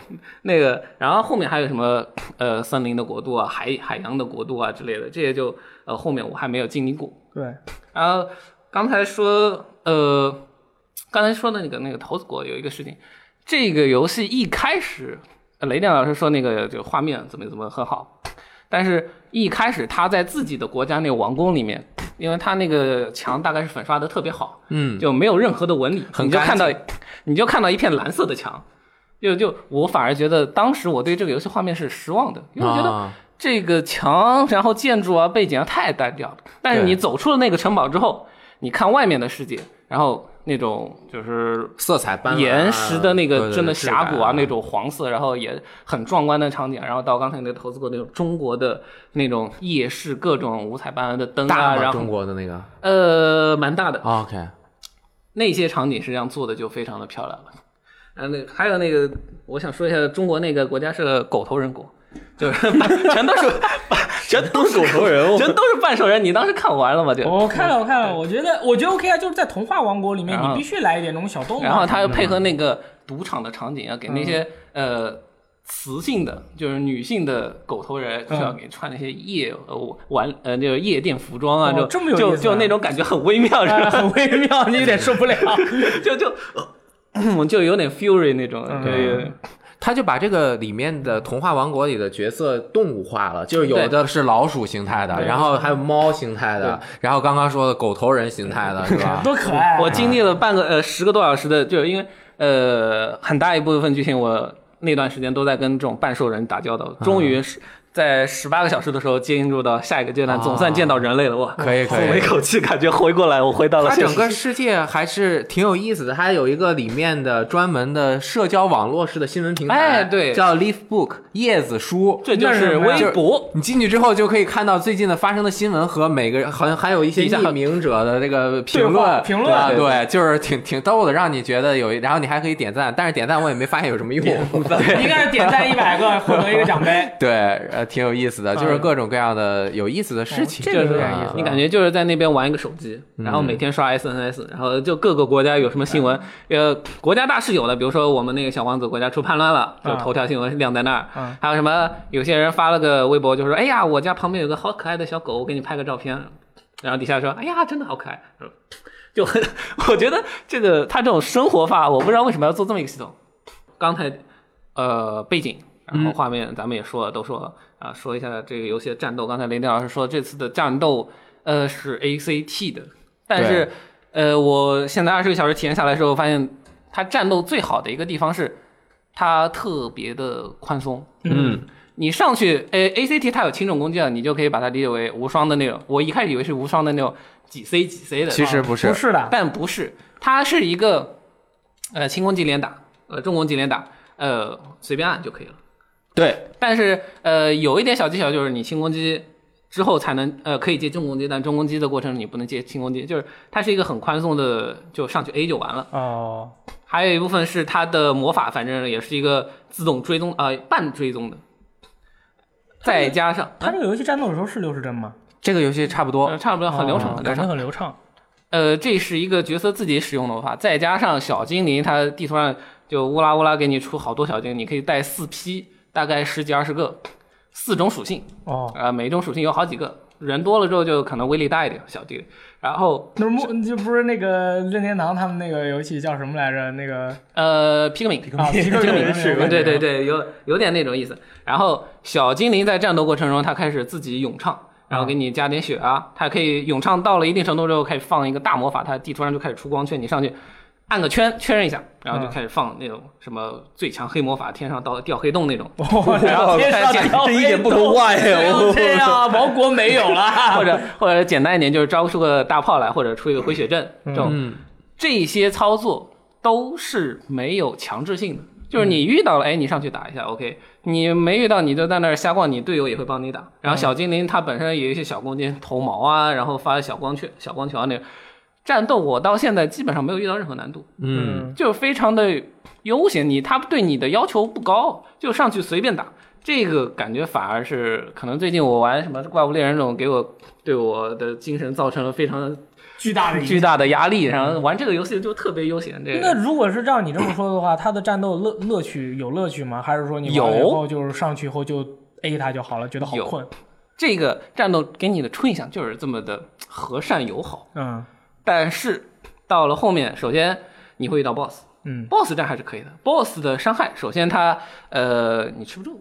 那个，然后后面还有什么呃森林的国度啊，海海洋的国度啊之类的，这些就呃后面我还没有经历过。
对，
然后刚才说呃，刚才说的那个那个投资国有一个事情，这个游戏一开始呃雷电老师说那个就画面怎么怎么很好，但是一开始他在自己的国家那个王宫里面，因为他那个墙大概是粉刷的特别好，
嗯，
就没有任何的纹理，
很
你就
干
看到你就看到一片蓝色的墙。就就我反而觉得当时我对这个游戏画面是失望的，因为我觉得
啊
这个墙，然后建筑啊，背景啊太单调了。但是
对
你走出了那个城堡之后，你看外面的世界，然后那种就是
色彩斑斓啊，
岩石的那
对
个
对
真的
质感
峡谷啊，那种黄色，然后也很壮观的场景，然后到刚才那个投资过那种中国的那种夜市，各种五彩斑斓的灯
大
啊，
吗？
然
中
后
国的那个啊
呃蛮大的，
，OK，
那些场景实际上做的就非常的漂亮了。啊，那还有那个，我想说一下，中国那个国家是个狗头人国，就是 全都是全都是
狗头人物
全都是半兽 人。你当时看完了吗？就
我看了我看了，我觉得我觉得 OK 啊，就是在童话王国里面，
然后
你必须来一点那种小动物啊。
然后他又配合那个赌场的场景，啊要给那些、
嗯
呃雌性的，就是女性的狗头人，就要给穿那些夜呃玩呃就是夜店服装啊，
哦
就
这么有意
就
思啊
就那种感觉很微妙，是
哎
吧？
很微妙，你有点受不 了。
就就。我就 有点 fury 那种，
嗯
对，
他就把这个里面的童话王国里的角色动物化了，就是有的是老鼠形态的，然后还有猫形态的，然后刚刚说的狗头人形态的，是吧？
多可爱啊！
我经历了半个呃十个多小时的，就是因为呃很大一部分剧情我那段时间都在跟这种半兽人打交道，终于是在十八个小时的时候进入到下一个阶段，
啊
总算见到人类了，哇！
可以
松
可
了一
以。
口气，感觉回过来，我回到了
它
现
整
实。
个世界还是挺有意思的，它有一个里面的专门的社交网络式的新闻平台，
哎对
叫 Leaf Book 叶子书，
这就
那是
是
什么呀
微博，
你进去之后就可以看到最近的发生的新闻和每个人，好像还有一些
底下
匿名者的这个评
对话
论，
评论
啊
对
对，就是挺挺逗的，让你觉得有一，然后你还可以点赞，但是点赞我也没发现有什么用，
应该是点赞一百个获得一个奖杯。
对，呃，挺有意思的，就是各种各样的有意思的事情，
这
就
个有
是
点意思啊。
嗯
嗯
你感觉就是在那边玩一个手机，然后每天刷 SNS，然后就各个国家有什么新闻，
嗯
呃，国家大事有了，比如说我们那个小王子国家出叛乱了，就
啊
头条新闻亮在那儿
啊，
还有什么有些人发了个微博，就说哎呀，我家旁边有个好可爱的小狗，我给你拍个照片。然后底下说：“哎呀，真的好可爱。” 嗯，就 很，我觉得这个他这种生活化，我不知道为什么要做这么一个系统。刚才呃背景，然
嗯
后画面，咱们也说了，都说了啊，说一下这个游戏的战斗。刚才雷电老师说这次的战斗呃是 ACT 的，但是呃我现在二十个小时体验下来之后，发现它战斗最好的一个地方是它特别的宽松。
嗯，
你上去，呃，ACT 它有轻重攻击了，啊你就可以把它理解为无双的那种。我一开始以为是无双的那种几 C 几 C 的，
啊其实不
哦
是
不，是的，
但不是，它是一个呃轻攻击连打，呃重攻击连打，呃随便按就可以了。
对，
但是呃有一点小技巧就是你轻攻击之后才能呃可以接重攻击，但重攻击的过程你不能接轻攻击，就是它是一个很宽松的，就上去 A 就完了。
哦，
还有一部分是它的魔法，反正也是一个自动追踪呃半追踪的，再加上
它这个游戏战斗的时候是六十帧吗？
这个游戏差不多
呃，差不多很流程
哦
很流
感觉
程。
很流畅。
呃，这是一个角色自己使用的魔法，再加上小精灵，它地图上就乌拉乌拉给你出好多小精灵，你可以带四批，大概十几二十个，四种属性，
哦，
呃，每一种属性有好几个，人多了之后就可能威力大一点，小精灵。然后
那不就不是那个任天堂他们那个游戏叫什么来着？那个
呃，皮克敏，
啊，皮克敏
是
那个
对对对，有有点那种意思。然后小精灵在战斗过程中，它开始自己咏唱，然后给你加点血啊，它可以咏唱到了一定程度之后，开始放一个大魔法，它地图上就开始出光圈，你上去按个圈确认一下，然后就开始放那种什么最强黑魔法，天上到掉黑洞那种，
哇，天上掉
这一点不
黑
能
洞
外呀！我
这样，王国没有了。
或者或者简单一点就是招出个大炮来，或者出一个回血阵这种。这些操作都是没有强制性的，就是你遇到了，哎，你上去打一下，OK。你没遇到，你就在那儿瞎逛，你队友也会帮你打。然后小精灵它本身有一些小攻击，头毛啊，然后发小光圈、小光球啊那种。战斗我到现在基本上没有遇到任何难度，
嗯，
就是非常的悠闲，你他对你的要求不高，就上去随便打。这个感觉反而是可能最近我玩什么怪物猎人这种，给我对我的精神造成了非常
巨大 的
巨。大的压力，然后玩这个游戏就特别悠闲。这
那
个
如果是照你这么说的话，它的战斗乐乐趣有乐趣吗？还是说你玩了以
有
后就是上去以后就 A 它就好了，觉得好
有
困？
这个战斗给你的初印象就是这么的和善友好，
嗯
但是到了后面，首先你会遇到 BOSS。
嗯
BOSS 战还是可以的，BOSS 的伤害，首先它呃你吃不住，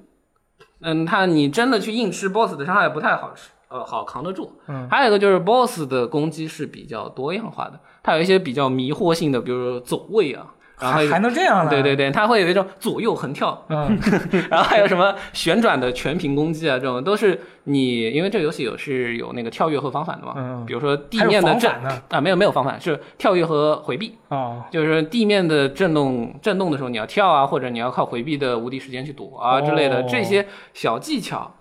嗯，它你真的去硬吃 BOSS 的伤害不太好吃，呃好扛得住。
嗯
还有一个就是 BOSS 的攻击是比较多样化的，它有一些比较迷惑性的，比如说走位啊，然后
还还能这样呢？
对对，对，它会有一种左右横跳，
啊嗯，
然后还有什么旋转的全屏攻击啊，这种都是你因为这个游戏有是有那个跳跃和防反的嘛，
嗯
比如说地
还有
面的
防
震
反呢
啊没有没有防反是跳跃和回避，
哦，
就是地面的震动震动的时候，你要跳啊，或者你要靠回避的无敌时间去躲啊
哦
之类的，这些小技巧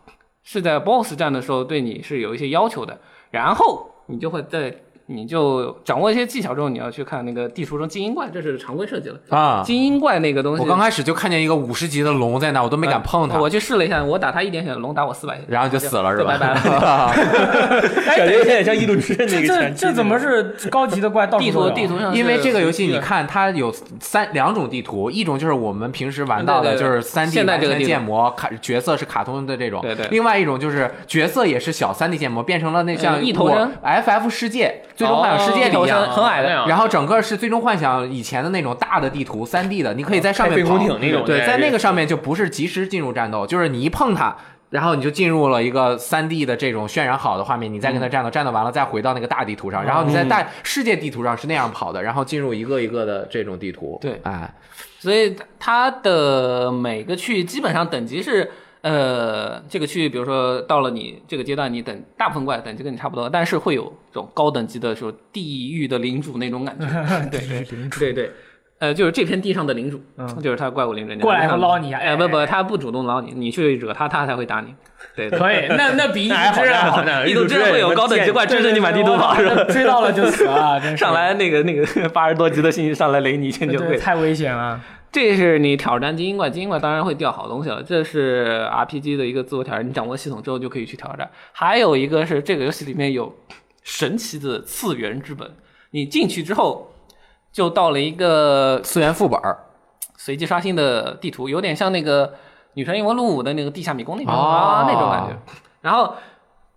是在 BOSS 战的时候对你是有一些要求的，然后你就会在。你就掌握一些技巧之后，你要去看那个地图中精英怪，这是常规设计了
啊
精英怪那个东西，
我刚开始就看见一个五十级的龙在那，我都没敢碰它
呃我，去试了一下，我打他一点血，龙打我四百血，
然后就死了是吧？
就拜拜
了。
感觉有点像《异度之刃》那
这
个
哎这
前期
这怎么是高级的怪到处
地
都
图
有啊
地图上是
因为这个游戏，你看它有三两种地图，一种就是我们平时玩到的，
对对
就
对
是三 D
现在
完
这个
全
地图
建模，卡角色是卡通的这种。
对对
另外一种就是角色也是小三 D 建模，变成了那像
嗯一头身
FF 世界、最终幻想世
啊哦
界里啊
头
一样
身。很矮的
那样
然后整个是最终幻想以前的那种大的地图，三 D 的，你可以在上
开
面
飞空
跑
艇那种
对，
对
在那个上面就不是及时进入战斗，就是你一碰它，然后你就进入了一个三 D 的这种渲染好的画面，你再跟它战斗，战斗完了再回到那个大地图上，然后你在大世界地图上是那样跑的，然后进入一个一个的这种地图。
对
哎，
所以它的每个区域基本上等级是。呃，这个区域，比如说到了你这个阶段，你等大部分怪等级跟你差不多，但是会有这种高等级的，说地狱的领主那种感觉，
对对对，
对对，呃，就是这片地上的领主，
嗯
就是他怪物领主，
过来以后捞你啊
哎，不不，他不主动捞你，你去惹他，他才会打你，对，对
可 以，那那比一
那还哎好
只
那还好
啊，
那还 好
一度真的会有高等级怪追着你满地图跑，是吧？
追到了就死了，真是
上来那个那个 八十多级的信息上来雷你一拳就
对
会。
太危险了。
这是你挑战精英怪，精英怪当然会掉好东西了，这是 RPG 的一个自我挑战。你掌握系统之后就可以去挑战。还有一个是这个游戏里面有神奇的次元之本，你进去之后就到了一个
次元副本儿
随机刷新的地图，有点像那个《女神异闻录五》的那个地下迷宫那种、
哦
啊那种感觉。然后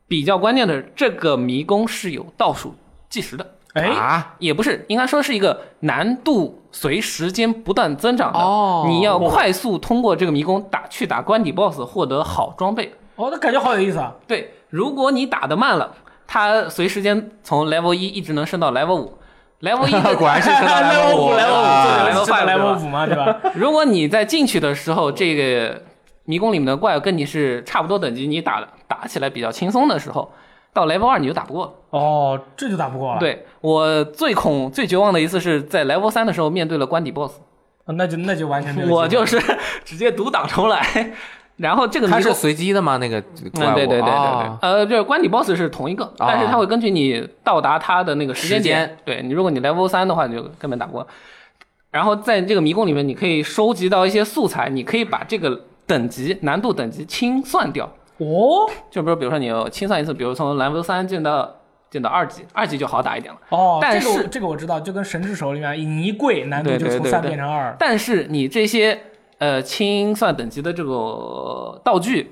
比较关键的是，这个迷宫是有倒数计时的，
哎，
啊，
也不是，应该说是一个难度随时间不断增长的。
哦
你要快速通过这个迷宫打去打关底 BOSS，获得好装备。
哦，那感觉好有意思啊！
对，如果你打的慢了，它随时间从 level 一一直能升到 level 五，level 一的
果然是升 到 level 五
啊哎
啊
level
了
五
这个
level
来
five
我五嘛，对吧？
如果你在进去的时候，这个迷宫里面的怪跟你是差不多等级，你打打起来比较轻松的时候，到 level 二你就打不过了。
哦，这就打不过了。，
对我最恐最绝望的一次是在 level 三的时候面对了关 底 boss，
那就那就完全没有机会。
我就是直接独挡重来， 然后这个迷
它是
宫。
随机的吗？那个怪
嗯，
物？
对对对对对
哦，
呃，就是关底 boss 是同一个，但是它会根据你到达它的那个时间
时
点
间，
对你，如果你 level 三的话，你就根本打不过。然后在这个迷宫里面，你可以收集到一些素材，你可以把这个等级难度等级清算掉。
哦
就比如比如说你有清算一次，比如从 level 三进到进到二级，二级就好打一点了。
哦，
但
这个我
是
这个我知道，就跟神之手里面你一跪难度
对
就
对
从
对
三
对
变成二。
但是你这些呃清算等级的这个道具，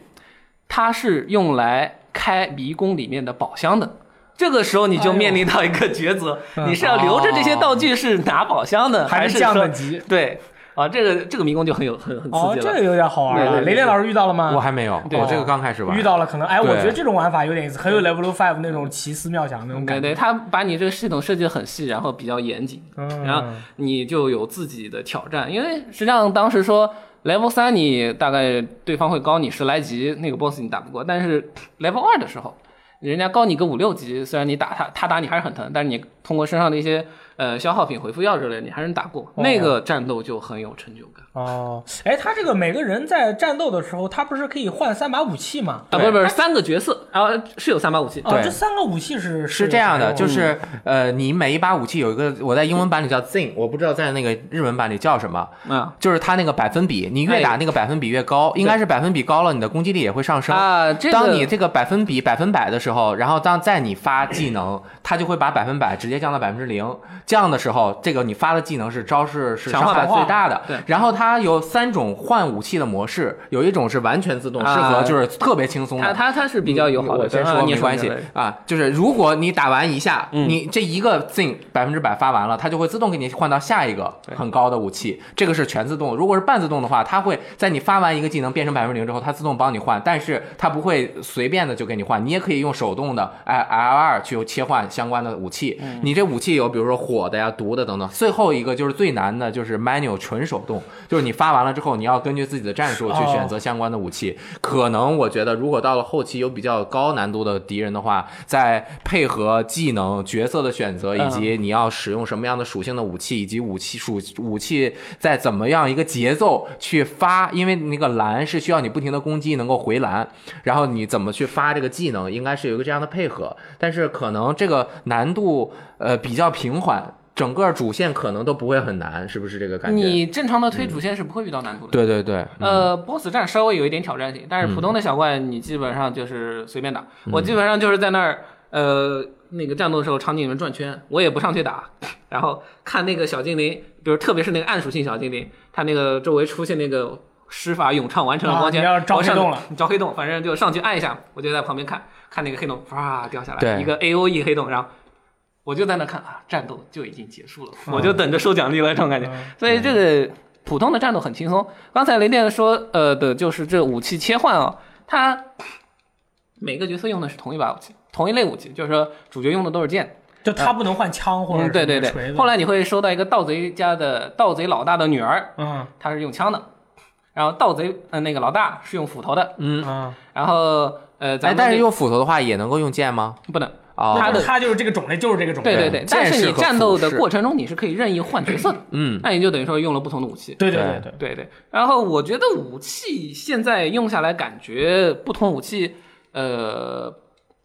它是用来开迷宫里面的宝箱的。这个时候你
哎
就面临到一个抉择，你是要留着这些道具是拿宝箱的，
嗯哦还
还
是
说
降等级？
对，啊，这个这个迷宫就很有很很
哦，
刺激
这
了。
个有点好玩
对
啊！
对对
雷电老师遇到了吗？
哦
哦
我还没有，
对
我这个刚开始玩。
遇到了，可能哎，我
对
觉得这种玩法有点意思，很有 level five 那种奇思妙想那种
对
感觉。
对，他把你这个系统设计的很细，然后比较严谨，
嗯
然后你就有自己的挑战。因为实际上当时说 level 三，你大概对方会高你十来级，那个 boss 你打不过。但是 level 二的时候，人家高你个五六级，虽然你打他，他打你还是很疼，但是你通过身上的一些呃消耗品、回复药之类的，你还是能打过。那个战斗就很有成就感
哦，哎，他这个每个人在战斗的时候，他不是可以换三把武器吗？
啊！不是不是，三个角色啊是有三把武器，
哦，
对
这三个武器是
是这样的，
谁用
就是
嗯
呃，你每一把武器有一个，我在英文版里叫 zing，我不知道在那个日文版里叫什么。
啊
就是它那个百分比，你越打
哎
那个百分比越高，应该是百分比高了，你的攻击力也会上升。
啊！这个
当你这个百分比百分百的时候，然后当在你发技能，它就会把百分百直接降到百分之零。这样的时候，这个你发的技能是招式是
强
伤
化
害
版
最大的
对。
然后它有三种换武器的模式，有一种是完全自动，适合
啊
就是特别轻松的
他。他他是比较友好的，
我先
啊
说
你
没关
你嗯
系
的
啊，就是如果你打完一下，你这一个 thing 百分之百发完了，它就会自动给你换到下一个很高的武器。这个是全自动，如果是半自动的话，它会在你发完一个技能变成百分之零之后，它自动帮你换，但是它不会随便的就给你换，你也可以用手动的 L L 二去切换相关的武器。
嗯
你这武器有比如说火的呀、毒的等等。最后一个就是最难的，就是 manual 纯手动，就是你发完了之后，你要根据自己的战术去
哦
选择相关的武器。可能我觉得，如果到了后期有比较高难度的敌人的话，再配合技能、角色的选择，以及你要使用什么样的属性的武器，以及武器属武器在怎么样一个节奏去发，因为那个蓝是需要你不停的攻击能够回蓝，然后你怎么去发这个技能，应该是有一个这样的配合。但是可能这个难度呃比较平缓，整个主线可能都不会很难，是不是这个感觉？
你正常的推主线是不会遇到难度的。
对对对，
呃，BOSS 战稍微有一点挑战性，但是普通的小怪你基本上就是随便打。我基本上就是在那儿，呃，那个战斗的时候场景里面转圈，我也不上去打， 然后看那个小精灵，比如特别是那个暗属性小精灵，它那个周围出现那个施法咏唱完成了光
啊
圈，
你要招
我上
黑洞了，
你招黑洞，反正就上去按一下，我就在旁边看看那个黑洞哗掉下来，
对
一个 A O E 黑洞，然后。我就在那看啊，战斗就已经结束了，我就等着收奖励了，这种感觉。
嗯
所以这个普通的战斗很轻松。刚才雷电说，呃的就是这武器切换啊，它每个角色用的是同一把武器，同一类武器，就是说主角用的都是剑。
就他不能换枪或者
嗯，对
是
对
锤
对。
子
后来你会收到一个盗贼家的盗贼老大的女儿，
嗯
她是用枪的，然后盗贼呃那个老大是用斧头的，
嗯，
然后呃咱
哎，
们
但是
这
用斧头的话也能够用剑吗？
不能，
哦，
他的
他就是这个种类就是这个种类。
对对
对
对，但
剑
是
士
你
和
战斗的
服饰
过程中你是可以任意换角色的，
嗯，
那你就等于说用了不同的武器。
对对
对
对，
对对，然后我觉得武器现在用下来，感觉不同武器，呃，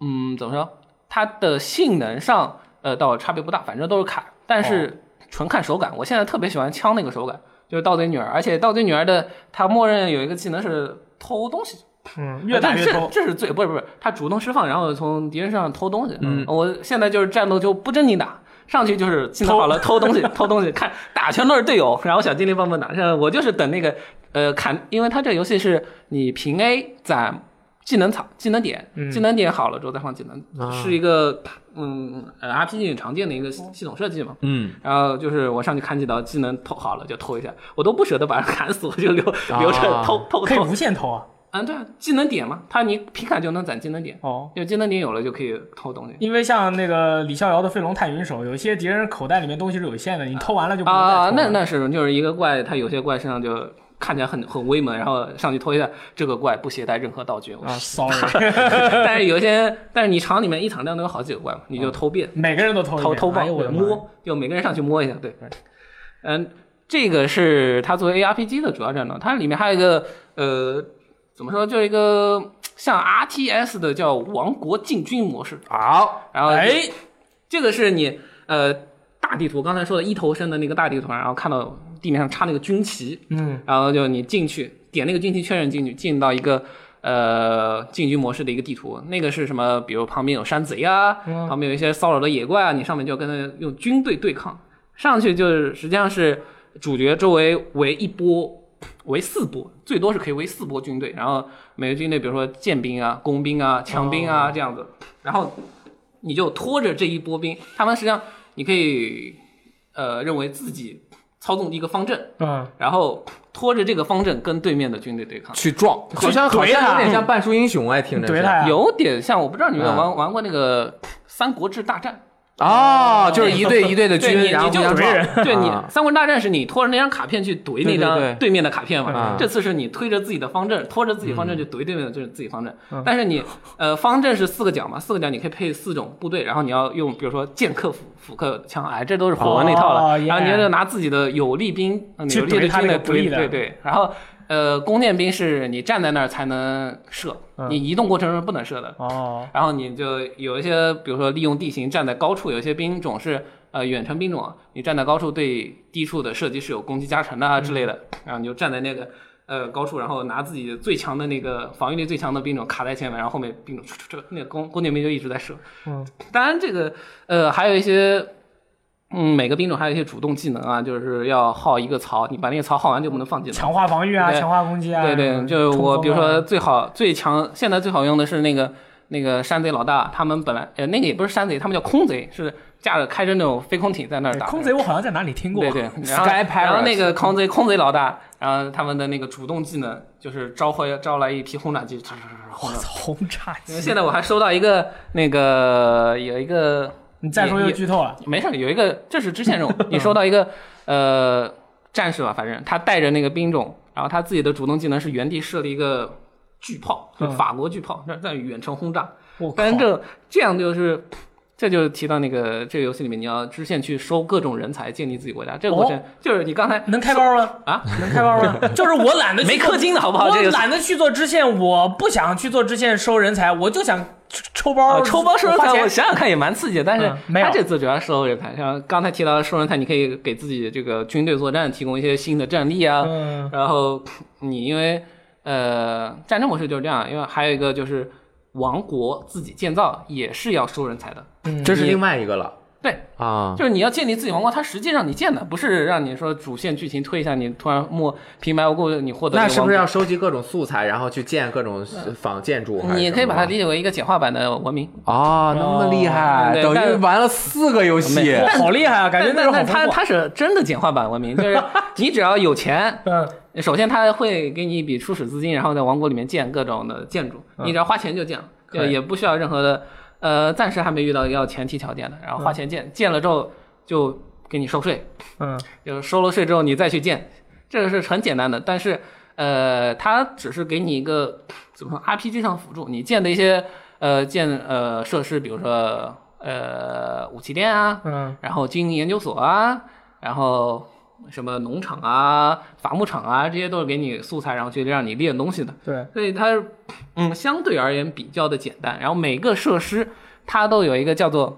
嗯，怎么说？它的性能上，呃，倒差别不大，反正都是卡，但是
哦
纯看手感。我现在特别喜欢枪那个手感，就是盗贼女儿，而且盗贼女儿的她默认有一个技能是偷东西，
嗯，越打
但
越
这
多。
这是最不是不是，他主动释放，然后从敌人身上偷东西。嗯，我现在就是战斗就不正经打，上去就是技能好了 偷东西，偷东西，看打全都是队友，然后小精灵帮忙打。现在我就是等那个呃砍，因为他这个游戏是你平 A 攒技能草、技能点
嗯，
技能点好了之后再放技能，
啊
是一个嗯呃 RPG 里常见的一个系系统设计嘛。
嗯，
然后就是我上去看几刀，技能偷好了就偷一下，我都不舍得把人砍死，我就留留着偷偷
啊可以
偷
无。限投啊。
嗯，对啊，技能点嘛，他你皮卡就能攒技能点，
哦，
有技能点有了就可以偷东西。
因为像那个李逍遥的飞龙探云手，有一些敌人口袋里面东西是有限的，你偷完了就不能再偷
啊
了。，
那那是就是一个怪，它有些怪身上就看起来很很威猛，然后上去偷一下，这个怪不携带任何道具。我
啊，sorry，
但是有些，但是你场里面一场量能有好几个怪嘛，
啊
你就偷遍、
每个人都偷一遍
偷偷
哎
棒，
呦我的妈呀
摸，就每个人上去摸一下，对。嗯，这个是它作为 ARPG 的主要战斗，它里面还有一个呃，怎么说，就是一个像 RTS 的叫王国进军模式。
好，
然后就
哎，
这个是你呃大地图，刚才说的一头身的那个大地图，然后看到地面上插那个军旗，
嗯，
然后就你进去点那个军旗确认进去，进到一个呃进军模式的一个地图，那个是什么？比如旁边有山贼啊，旁边有一些骚扰的野怪啊，你上面就跟他用军队对抗，上去就是实际上是主角周围围一波。 围四波，最多是可以围四波军队，然后每个军队，比如说剑兵啊、工兵啊、枪兵啊、这样子，然后你就拖着这一波兵，他们实际上你可以呃认为自己操纵一个方阵，
嗯，
然后拖着这个方阵跟对面的军队对抗，
去撞，好像好
怼
像
他
有点像半数英雄
嗯
哎，听着
怼
是
他呀，
有点像我不知道你们有没有
啊
玩、玩过那个《三国志大战
哦，就是一队一队的》
对，你
军，然后
你就
互相撞
人，对你
啊
《三国志大战》是你拖着那张卡片去怼那
对对对
张对面的卡片嘛
嗯，
这次是你推着自己的方阵，拖着自己方阵去怼对面的就是自己方阵，
嗯
但是你呃方阵是四个角嘛，四个角你可以配四种部队，然后你要用比如说剑客、斧斧客、枪，哎，这都是火纹那套
哦
了，然后你
耶
就拿自己的有利兵、呃
去
有利
怼
的
他
军
那
队
个不利
怼，
的
对对，然后。呃，弓箭兵是你站在那儿才能射，
嗯
你移动过程中是不能射的。
哦，
然后你就有一些，比如说利用地形站在高处，有一些兵种是呃远程兵种，你站在高处对低处的射击是有攻击加成的啊之类的，然后你就站在那个呃高处，然后拿自己最强的那个防御力最强的兵种卡在前面，然后后面兵种这那个弓弓箭兵就一直在射。
嗯，
当然这个呃还有一些。嗯，每个兵种还有一些主动技能啊，就是要耗一个槽，你把那个槽耗完就不能放技能。
强化防御啊，
对
强化攻击啊，
对对，就
冲
我
锋
比如
啊
说最好最强，现在最好用的是那个那个山贼老大，他们本来呃那个也不是山贼，他们叫空贼，是架着开着那种飞空艇在那儿
对
打。
空贼，我好像在哪里听过，啊
对对，然
Sky Pirates
后然后那个空贼空贼老大，然后他们的那个主动技能就是招回招来一批轰炸机，唰唰唰唰轰炸。
轰炸
因
机
为，现在我还收到一个那个有一个
你再说
也
就
也
剧透了。
没事儿，有一个这是支线任务，你收到 一个呃战士吧，反正他带着那个兵种，然后他自己的主动技能是原地设了一个巨炮，就
嗯哦
法国巨炮，那在远程轰炸。
我靠
但是这这样就是，这就是提到那个这个游戏里面，你要支线去收各种人才，建立自己国家。这个过程、就是你刚才
哦能开包吗？
啊，
能开包 吗？就是我懒得去
没
做
氪金的好不好？
我
这个
懒得去做支线，我不想去做支线收人才，我就想抽抽包、
啊，抽包收人
哦花
才，
钱
我想想看也蛮刺激的，但是
嗯没有
他这次主要是收人才，像刚才提到的收人才，你可以给自己这个军队作战提供一些新的战力啊，
嗯
然后你因为呃战争模式就是这样，因为还有一个就是王国自己建造也是要收人才的，
这是另外一个了
对，
啊，
嗯就是你要建立自己王国，它实际让你建的，不是让你说主线剧情推一下，你突然默平白无故你获得
那
一个
是不是
王
要
国？
收集各种素材，然后去建各种仿建筑还是什么？
你可以把它理解为一个简化版的文明，
哦，那么厉
嗯
害，
对
等于
但
玩了四个游
没
戏
有，
好厉害啊！感觉那
但
种好
但
丰
它
富啊。
它是真的简化版文 明，就是你只要有钱，
嗯，
首先它会给你一笔初始资金，然后在王国里面建各种的建筑，你只要花钱就建了，
嗯可
对，
以
也不需要任何的，呃，暂时还没遇到要前提条件的，然后花钱建，建了之后就给你收税，
嗯，
就是收了税之后你再去建，这个是很简单的，但是呃，它只是给你一个怎么说 RPG 上辅助，你建的一些呃建呃设施，比如说呃武器店啊，
嗯，
然后经营研究所啊，然后什么农场啊、伐木场啊，这些都是给你素材，然后去让你练东西的。
对，
所以它嗯相对而言比较的简单，然后每个设施它都有一个叫做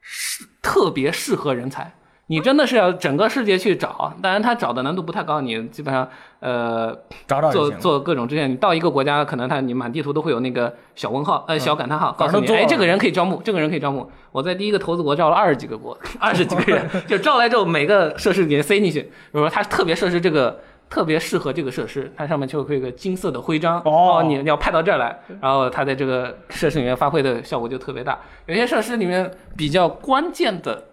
适特别适合人才，你真的是要整个世界去找，当然它找的难度不太高，你基本上呃
找找就
做
行了。
做各种支线，你到一个国家，可能它你满地图都会有那个小问号，呃小感叹号，
嗯
告
反
诉
正
你
都做
哎
了
这个人可以招募，这个人可以招募。我在第一个投资国 招了二十几个国，二十几个人就招来之后每个设施给塞进去，比如说他特别设施这个。特别适合这个设施，它上面就会有一个金色的徽章，
哦
你你要派到这儿来，然后它在这个设施里面发挥的效果就特别大。有些设施里面比较关键的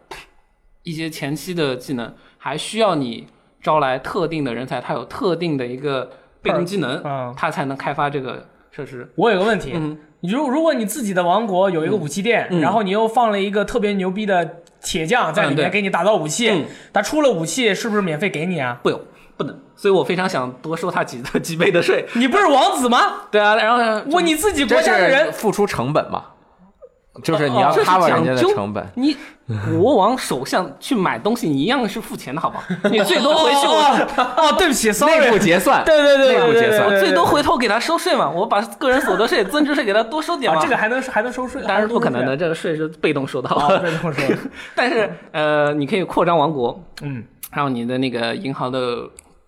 一些前期的技能，还需要你招来特定的人才，他有特定的一个被动技
嗯
能，他才能开发这个设施。
我有个问题，
嗯
你如如果你自己的王国有一个武器店，然后你又放了一个特别牛逼的铁匠在里面
嗯对
给你打造武器，
嗯
他出了武器是不是免费给你啊？
不有不能，所以我非常想多收他几几倍的税。
你不是王子吗？
对啊，然后呢？
我你自己国
这
家的
是
人，哦
付出成本嘛？就是你要
哦这是
cover 人
讲
家的
究
成本，
你国王首相去买东西，你一样是付钱的好不好？你最多回去我
哦哦，对不起
内 部
，sorry，
结算，
对对对对
内部
对对
结
对
算，
对
最多回头给他收税嘛，我把个人所得税、增值税给他多收点
啊，
嘛。
这个还能还能收税，
当然是不可能的，
的。
这个税是被动收到
啊，
的。
这么 说，
但是呃，你可以扩张王国，
嗯，
还有你的那个银行的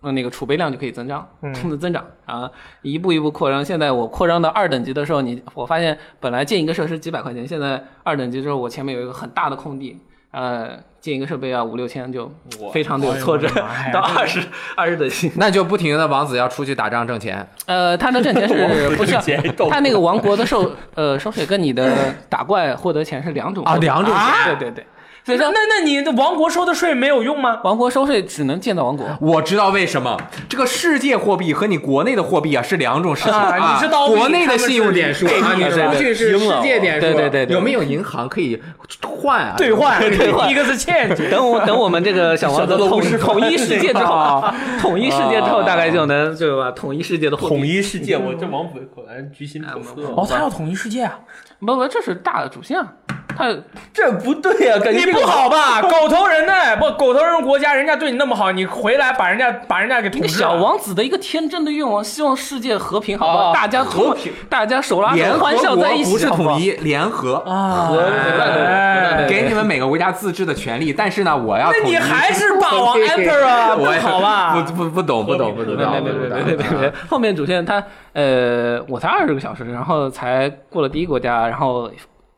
呃那个储备量就可以增长，冲着增长啊，一步一步扩张。现在我扩张到二等级的时候，你我发现本来建一个设施几百块钱，现在二等级之后，我前面有一个很大的空地，呃，建一个设备要五六千，就非常的有挫折
哎呦我的妈呀。
到二十二十 等级，
那就不停的王子要出去打仗挣钱，
呃，他的挣钱是不需要
挣钱动，
他那个王国的收呃收税跟你的打怪获得钱是两种
啊两种
啊对对对，所以
那
说
那你的王国收的税没有用吗？
王国收税只能建造王国。
我知道为什么这个世界货币和你国内的货币啊是两种事情
啊你是刀币
国内的信用点数
他
啊，
们
你
是
出去是世界点数，啊
对对对对
有没有银行可以换啊？
兑换，
兑换
一个是 change，
等我等我们这个小王子统统一世界之后，统一世界之后大概就能对吧？统一世界的货币
统一世界，我
嗯
这王子果然居心叵测。
哦，他要统一世界啊，
不不，这是大的主线啊，他
这不对呀、啊，感
你
觉
不
不
好 吧？狗头人呢？不，狗头人国家人家对你那么好，你回来把人家把人家给
一
统
个
治了
小王子的一个天真的愿望，希望世界和平，好不
哦
好？大家啊和平，大家手拉手
联合
欢笑
国
在一起，啊
不是
好好
统一，联合
啊，哎
对
给你们每个国家自治的权利，但是呢，我要
那
统一
你还是霸 王 emperor 啊，不
我也
好吧
不？不不懂不懂不知道，
没没没没没没没，后面主线它呃，我才二十个小时，然后才过了第一国家，然后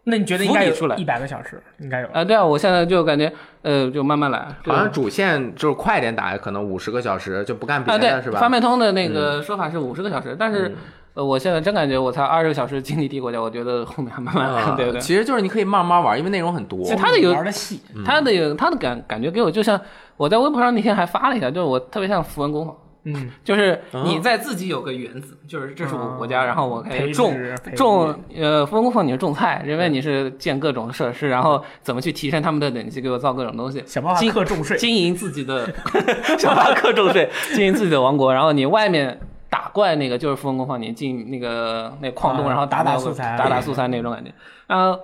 那你觉得应该有
福利出来
一百个小时，应该有。
啊、对啊，我现在就感觉呃，就慢慢来，就
好像主线就是快点打，可能五十个小时就不干别
啊，对
的，是，吧？
方便通的那
嗯
个说法是五十个小时，但是、呃，我现在真感觉我才二十个小时经历帝国家，我觉得后面还慢慢来，
啊
对不对？
其实就是你可以慢慢玩，因为内容很多。
其实它的有
嗯玩的细，
它的有它的感感觉给我就像我在微博上那天还发了一下，就是我特别像符文工坊。
嗯，
就是你在自己有个园子，就是这是我国家，然后我可
啊培
以
植啊
种
培育
种呃，分工坊你是种菜，人为你是建各种设施，然后怎么去提升他们的等级，给我造各种东西，
想办法
经
克重税
经营自己 的，想办法克重税，经营自己的王国，然后你外面。打怪那个就是分工坊，你进那个那矿洞，
啊
然后
打打
打
素材
打打素材那种感觉。然后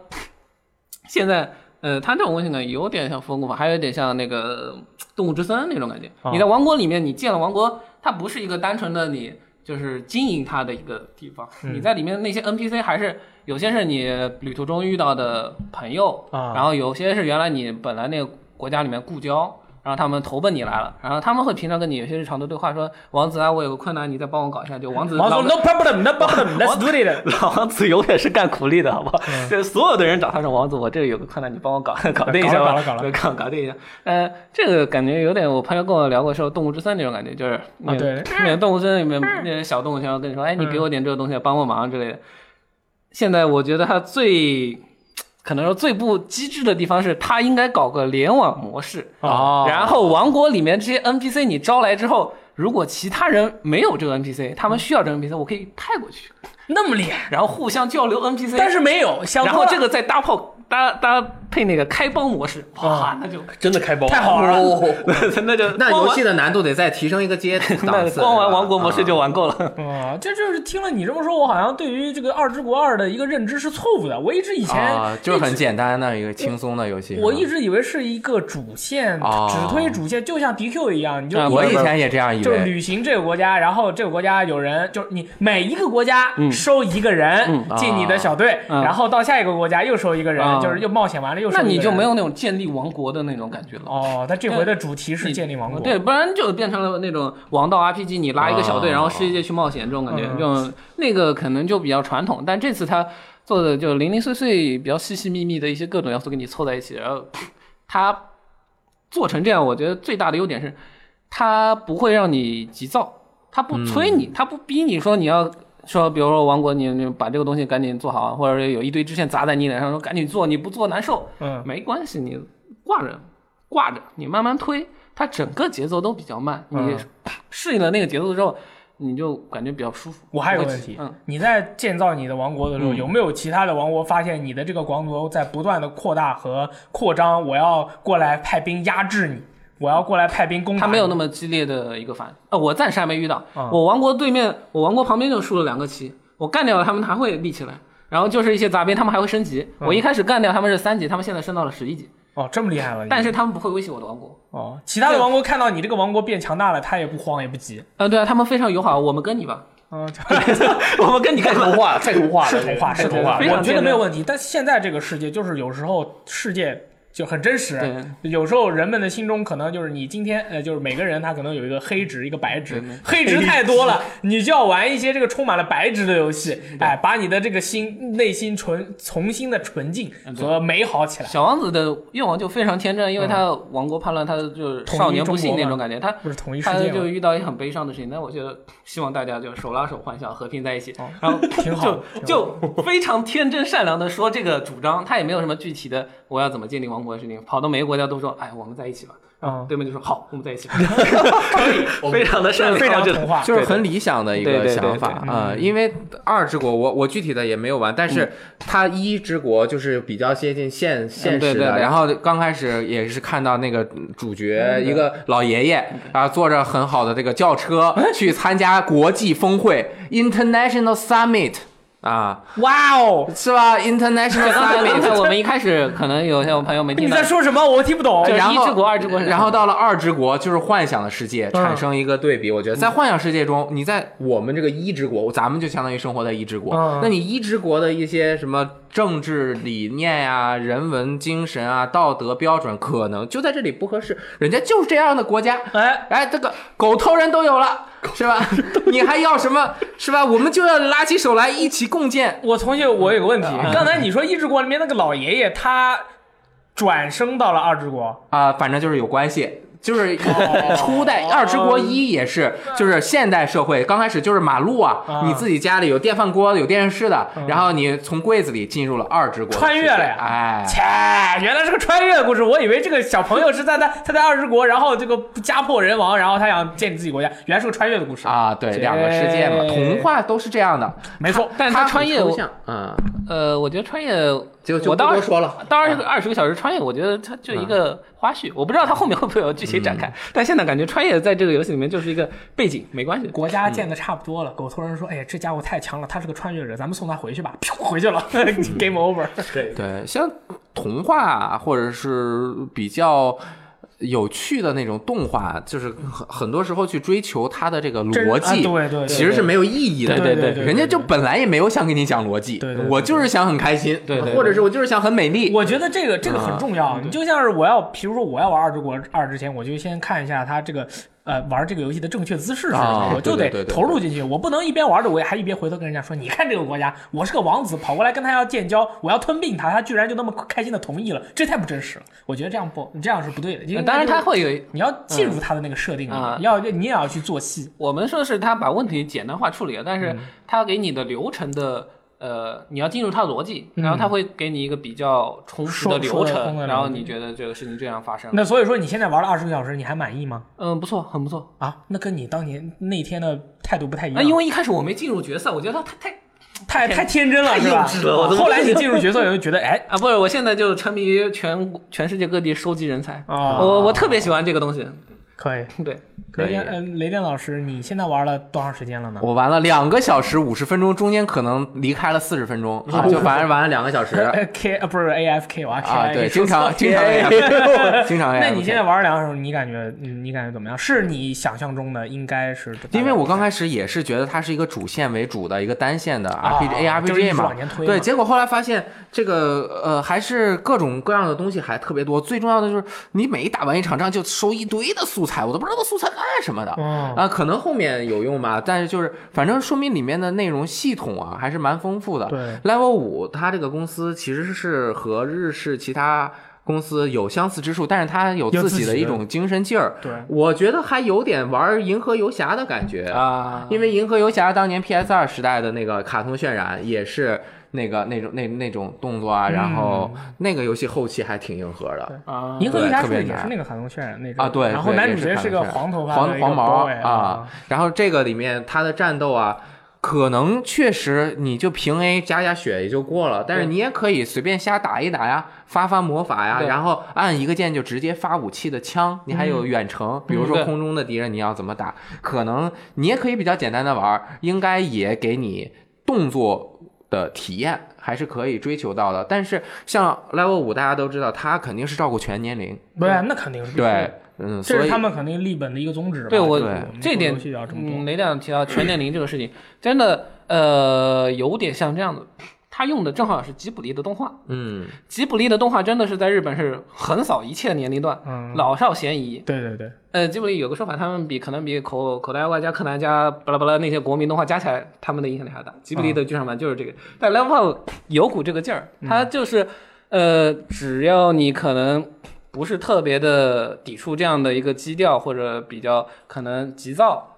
现在，呃，它这种东西呢，有点像分工坊，还有点像那个动物之森那种感觉。
啊
你在王国里面，你建了王国，它不是一个单纯的你就是经营它的一个地方。
嗯
你在里面那些 NPC 还是有些是你旅途中遇到的朋友，
啊
然后有些是原来你本来那个国家里面故交。然后他们投奔你来了，然后他们会平常跟你有些日常的对话，说王子啊，我有个困难，你再帮我搞一下。就王子
王
老
总，no problem，no problem，let's do it。
老王子永远是干苦力的，好不好？这所有的人找他说王子，我这个有个困难，你 帮我搞搞定一下吧，
搞了搞了搞了
搞搞定一下。呃，这个感觉有点，我朋友跟我聊过说《动物之森》那种感觉，就是那
啊对 嗯
那个动物之森里面那些小动物全要跟你说，哎，你给我点这个东西，帮帮忙啊之类的。现在我觉得他最可能说最不机智的地方是，他应该搞个联网模式。
哦，
然后王国里面这些 NPC 你招来之后，如果其他人没有这个 NPC，他们需要这个 NPC，我可以派过去。
那么厉害，
然后互相交流 NPC，
但是没有，想
然
多
后
了
这个再搭炮搭搭配那个开帮模式，
哦
哇，那就
真的开包，
太好玩
哦
了。
那就
那
光
游
玩
戏的难度得再提升一个阶档
那
次。
光玩
是吧啊
王国模式就玩够了。
哦，这就是听了你这么说，我好像对于这个《二之国二》的一个认知是错误的。我一直以前
啊，就是
一
很
直
简单的一个轻松的游戏。
我
是吧
一直以为是一个主线，
哦
只推主线，就像 DQ 一样，你就
啊
我以前也这样以
就是
为。
旅行这个国家，然后这个国家有人，就是你每一个国家收一个人
嗯
进你的小队，
嗯
然后到下一个国家又收一个人，
啊
就是又冒险完了又收一
那
个人。
你就没有那种建立王国的那种感觉了。
哦，他这回的主题是建立王国，
对，不然就变成了那种王道 RPG，你拉一个小队，
哦
然后世界去冒险这种感觉，
啊嗯
就那个可能就比较传统。但这次他做的就零零碎碎、比较细细密密的一些各种要素给你凑在一起，然后他做成这样，我觉得最大的优点是，它不会让你急躁，它不催你，
嗯
它不逼你说你要说，比如说王国，你你把这个东西赶紧做好啊，或者有一堆支线砸 在你脸上，说赶紧做，你不做难受。
嗯
没关系，你挂着挂着，你慢慢推，它整个节奏都比较慢，你
嗯
啪适应了那个节奏之后，你就感觉比较舒服。
我还有
不
个
会
问
急
题
嗯，，
你在建造你的王国的时候，有没有其他的王国发现你的这个王国在不断的扩大和扩张？我要过来派兵压制你，我要过来派兵攻打你。
他没有那么激烈的一个反应。呃，我暂时还没遇到。
嗯
我王国对面，我王国旁边就竖了两个旗，我干掉了他们，还会立起来。然后就是一些杂兵，他们还会升级。
嗯
我一开始干掉他们是三级，他们现在升到了十一级，
哦，这么厉害了。
但
你
是他们不会威胁我的王国。
哦，其他的王国看到你这个王国变强大了，他也不慌也不急。
呃，对啊，他们非常友好，我们跟你吧。
嗯，就
我们跟你干什么？
话太童话
是童话，是童话，
非常
我觉得
简单
没有问题。但现在这个世界就是有时候世界。就很真实，
对
有时候人们的心中可能就是你今天呃，就是每个人他可能有一个黑值一个白值
对没，
黑值太多 了，你就要玩一些这个充满了白值的游戏，哎，把你的这个心内心纯重新的纯净和美好起来。
嗯小王子的愿望就非常天真，
嗯
因为他亡国叛乱，他就是少年不幸那种感觉。他
不是同一世
他
界
就
吗？
遇到一很悲伤的事情，但我觉得希望大家就手拉手欢笑，和平在一起。
哦
然后
挺好
就就非常天真善良的说这个主张，他也没有什么具体的我要怎么建立王国的事情。跑到每个国家都说，哎，我们在一起吧。
嗯，
对面就说好，我们在一起 吧。可以，非常的善良，
非常
就
童话，
就是很理想的一
对对
个
对
想法
对
啊、呃因为二之国我我具体的也没有玩，但是它一之国就是比较接近现现
对
实
对
的。
对
然后嗯刚开始也是看到那个主角一个老爷爷啊，坐着很好的这个轿 车去参加国际峰会 （International Summit） 啊，
哇哦！
是吧？International
刚才刚
Summit。
才我们一开始可能有些朋友没
你
听到
在，说什么？我听不懂。
就是
然后
一之国二之国是什么嗯
然后到了二之国，就是幻想的世界，产生一个对比。我觉得在幻想世界中，你在我们这个一之国，咱们就相当于生活在一之国
嗯。
那你一之国的一些什么政治理念呀、人文精神啊、道德标准，可能就在这里不合适。人家就是这样的国家，
嗯
哎，
哎，这个狗头人都有了，是 吧？你还要什么？是吧？我们就要拉起手来一起共建。
我重新，我有个问题，
嗯
刚才你说《一之国》里面那个老爷爷，他转生到了二之国，
啊、反正就是有关系。就是 初代
哦
二之国一也是，就是现代社会刚开始就是马路啊
啊，嗯
你自己家里有电饭锅、有电视的，然后你从柜子里进入了二之国的世界，
穿越了呀
哎，
切，原来是个穿越的故事，我以为这个小朋友是在他他在二之国，然后这个家破人亡，然后他想建立自己国家，原来是个穿越的故事。
啊，对，两个世界嘛，
这
童话都是这样的。
没错，
但是他穿越，
很
我
抽象嗯，
呃，我觉得穿越
就就
我
不
当
多
然
说了。
当然，二十个小时穿越，我觉得它就一个花絮，我不知道它后面会不会有具体展开。但现在感觉穿越在这个游戏里面就是一个背景，没关系。
国家建的差不多了，狗头人说：“哎呀，这家伙太强了，他是个穿越者，咱们送他回去吧。”飘回去了 ，Game Over。
对，
对，像童话或者是比较。有趣的那种动画，就是很很多时候去追求它的这个
真
逻辑，
啊对对对
其实是没有意义的。
对对
人家就本来也没有想给你讲逻辑，
对对对
我就是想很开心，
对对对
或者是我就是想很美丽。
我觉得这个这个
啊
很重要。
嗯
你就像是我要，比如说我要玩《二之国二》之前，我就先看一下他这个呃玩这个游戏的正确姿势是什么，
啊
我就
对对
得
对对
投入进去。我不能一边玩着我还一边回头跟人家说：“你看这个国家，我是个王子，跑过来跟他要建交，我要吞并他，他居然就那么开心的同意了，这太不真实了。”我觉得这样不，这样是不对的。因为
呃当然，
就是
它会有一。
你要进入他的那个设定里
啊
面，要你也要去做戏。
我们说是它把问题简单化处理了，但是它给你的流程的。呃，你要进入它的逻辑，然后它会给你一个比较充实的
说说
流
得通的
程，
流程
然后你觉得这个事情这样发生，
那所以说，你现在玩了二十个小时，你还满意吗？
嗯，不错，很不错。
啊，那跟你当年那天的态度不太一
啊，
样，
因为一开始我没进入角色，我觉得它太太
太太天真了，是吧？
幼稚了我都
后来你进入角色以后，觉得哎，
啊，不是，我现在就沉迷于全全世界各地收集人才，
啊
我我特别喜欢这个东西，
可以，
对，
可
雷
以
电，嗯、雷电老师，你现在玩了多长时间了呢？
我玩了两个小时五十分钟，中间可能离开了四十分钟，啊、就反正玩了两个小时
K 啊，不是 AFK，我 K
啊，对，经常经常
哎
经常。
那你现在玩了两个小时，你感觉嗯你感觉怎么样？是你想象中的应该是？
因为我刚开始也是觉得它是一个主线为主的一个单线的 RPG、A
啊就是一
RPG
直
嘛
往前，推嘛
对，结果后来发现这个呃还是各种各样的东西还特别多，最重要的就是你每打完一场仗就收一堆的素材，我都不知道那素材干什么的。
嗯
啊，可能后面有用吧，但是就是反正说明里面的内容系统啊还是蛮丰富的。
对
，Level 五它这个公司其实是和日式其他公司有相似之处，但是它有
有
自
自己
己的
的
一种精神劲儿。
对
我觉得还有点玩银河游侠的感觉
啊
因为银河游侠当年 PS 二时代的那个卡通渲染也是那个那种那那种动作啊，然后那个游戏后期还挺硬核的。
啊
银河游侠
对
是不是
特别
也
难
是那个卡通渲染那种
啊，对，
然后
对
男
也
主角
看
是个
得出来
黄头发的
黄
一个
黄毛
boy
啊，然后这个里面他的战斗啊。可能确实你就平 A 加加血也就过了，但是
对
你也可以随便瞎打一打呀，发发魔法呀，
对
然后按一个键就直接发武器的枪，你还
嗯
有远程，比如说
对
空中的敌人你要怎么打，可能你也可以比较简单的玩儿，应该也给你动作的体验还是可以追求到的。但是像 Level 五大家都知道，它肯定是照顾全年龄，
不是，啊那肯定是
对，，嗯，所
这
以
是他们肯定立本的一个宗旨吧。
对我
就
对
是们
这
做
点
游戏要这么
嗯，
多，
雷亮提到全年龄这个事情，真的呃有点像这样子，他用的正好是吉卜力的动画，
嗯，
吉卜力的动画真的是在日本是横扫一切年龄段，
嗯
老少咸宜。
对对对，
呃，吉卜力有个说法，他们比可能比口口袋外加柯南加巴拉巴拉那些国民动画加起来，他们的影响力还要大。吉卜力
啊
的剧场版就是这个，但 Level 有股这个劲儿，
嗯
它就是、呃，只要你可能不是特别的抵触这样的一个基调，或者比较可能急躁。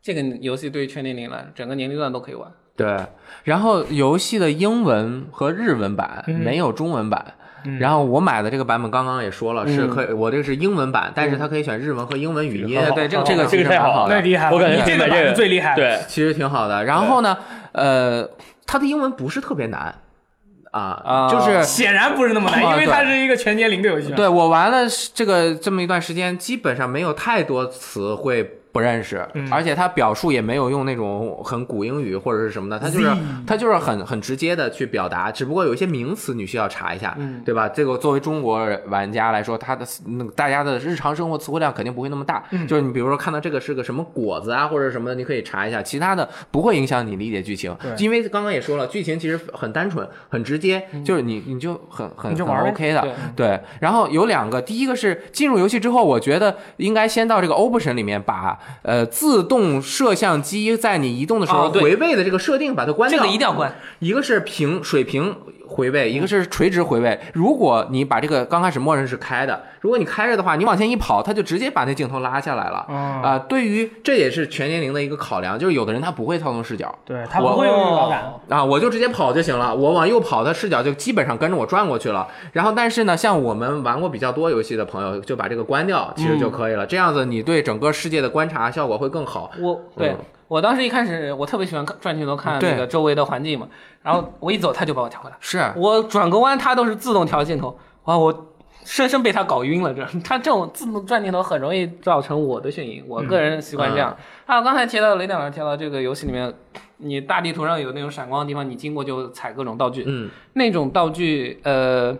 这个游戏对于全年龄来，整个年龄段都可以玩。
对。然后游戏的英文和日文版
嗯
没有中文版。然后我买的这个版本，刚刚也说了，是
嗯
可以，我这个是英文版，但是它可以选日文和英文语音
嗯，
对，这个
这
这
个
个
这
其
个
实
太
蛮
好
好
了
的
那，厉害了，
我感觉
你这
买
个
这
版
个
本最厉害了。
对，
其实挺好的。然后呢，呃，它的英文不是特别难啊，
啊
就是
显然不是那么难，
啊
因为
对
它是一个全年龄的游戏嘛。
对我玩了这个这么一段时间，基本上没有太多词汇不认识，
嗯
而且它表述也没有用那种很古英语或者是什么的，它就是
嗯
它就是很很直接的去表达，只不过有一些名词你需要查一下，
嗯
对吧？这个作为中国玩家来说，它的那个大家的日常生活词汇量肯定不会那么大，
嗯
就是你比如说看到这个是个什么果子啊或者什么的，你可以查一下，其他的不会影响你理解剧情，因为刚刚也说了，剧情其实很单纯、很直接，就是你你就很很
嗯你就玩
很
呗
OK 的
对，
对，然后有两个，第一个是进入游戏之后，我觉得应该先到这个 Option 里面把呃自动摄像机在你移动的时候
哦对
回位的这个设定把它关
这
掉。
个一定要关。
一个是平水平回位，一个是垂直回位。如果你把这个刚开始默认是开的，如果你开着的话，你往前一跑，它就直接把那镜头拉下来了。
哦
啊、对于这也是全年龄的一个考量，就是有的人他不会操纵视角，
对，它
我
不会有预告感。
啊，我就直接跑就行了。我往右跑，它视角就基本上跟着我转过去了。然后，但是呢，像我们玩过比较多游戏的朋友，就把这个关掉，其实
嗯
就可以了。这样子，你对整个世界的观察效果会更好。
我对、
嗯
我当时一开始我特别喜欢看转镜头看
对
那个周围的环境嘛，然后我一走他就把我调回来，
是，
我转个弯他都是自动调镜头，哇我。深深被他搞晕了，这他这种自动转镜头很容易造成我的眩晕，我个人习惯这样。还有刚才提到雷两老师提到这个游戏里面，你大地图上有那种闪光的地方，你经过就踩各种道具，
嗯，
那种道具，呃，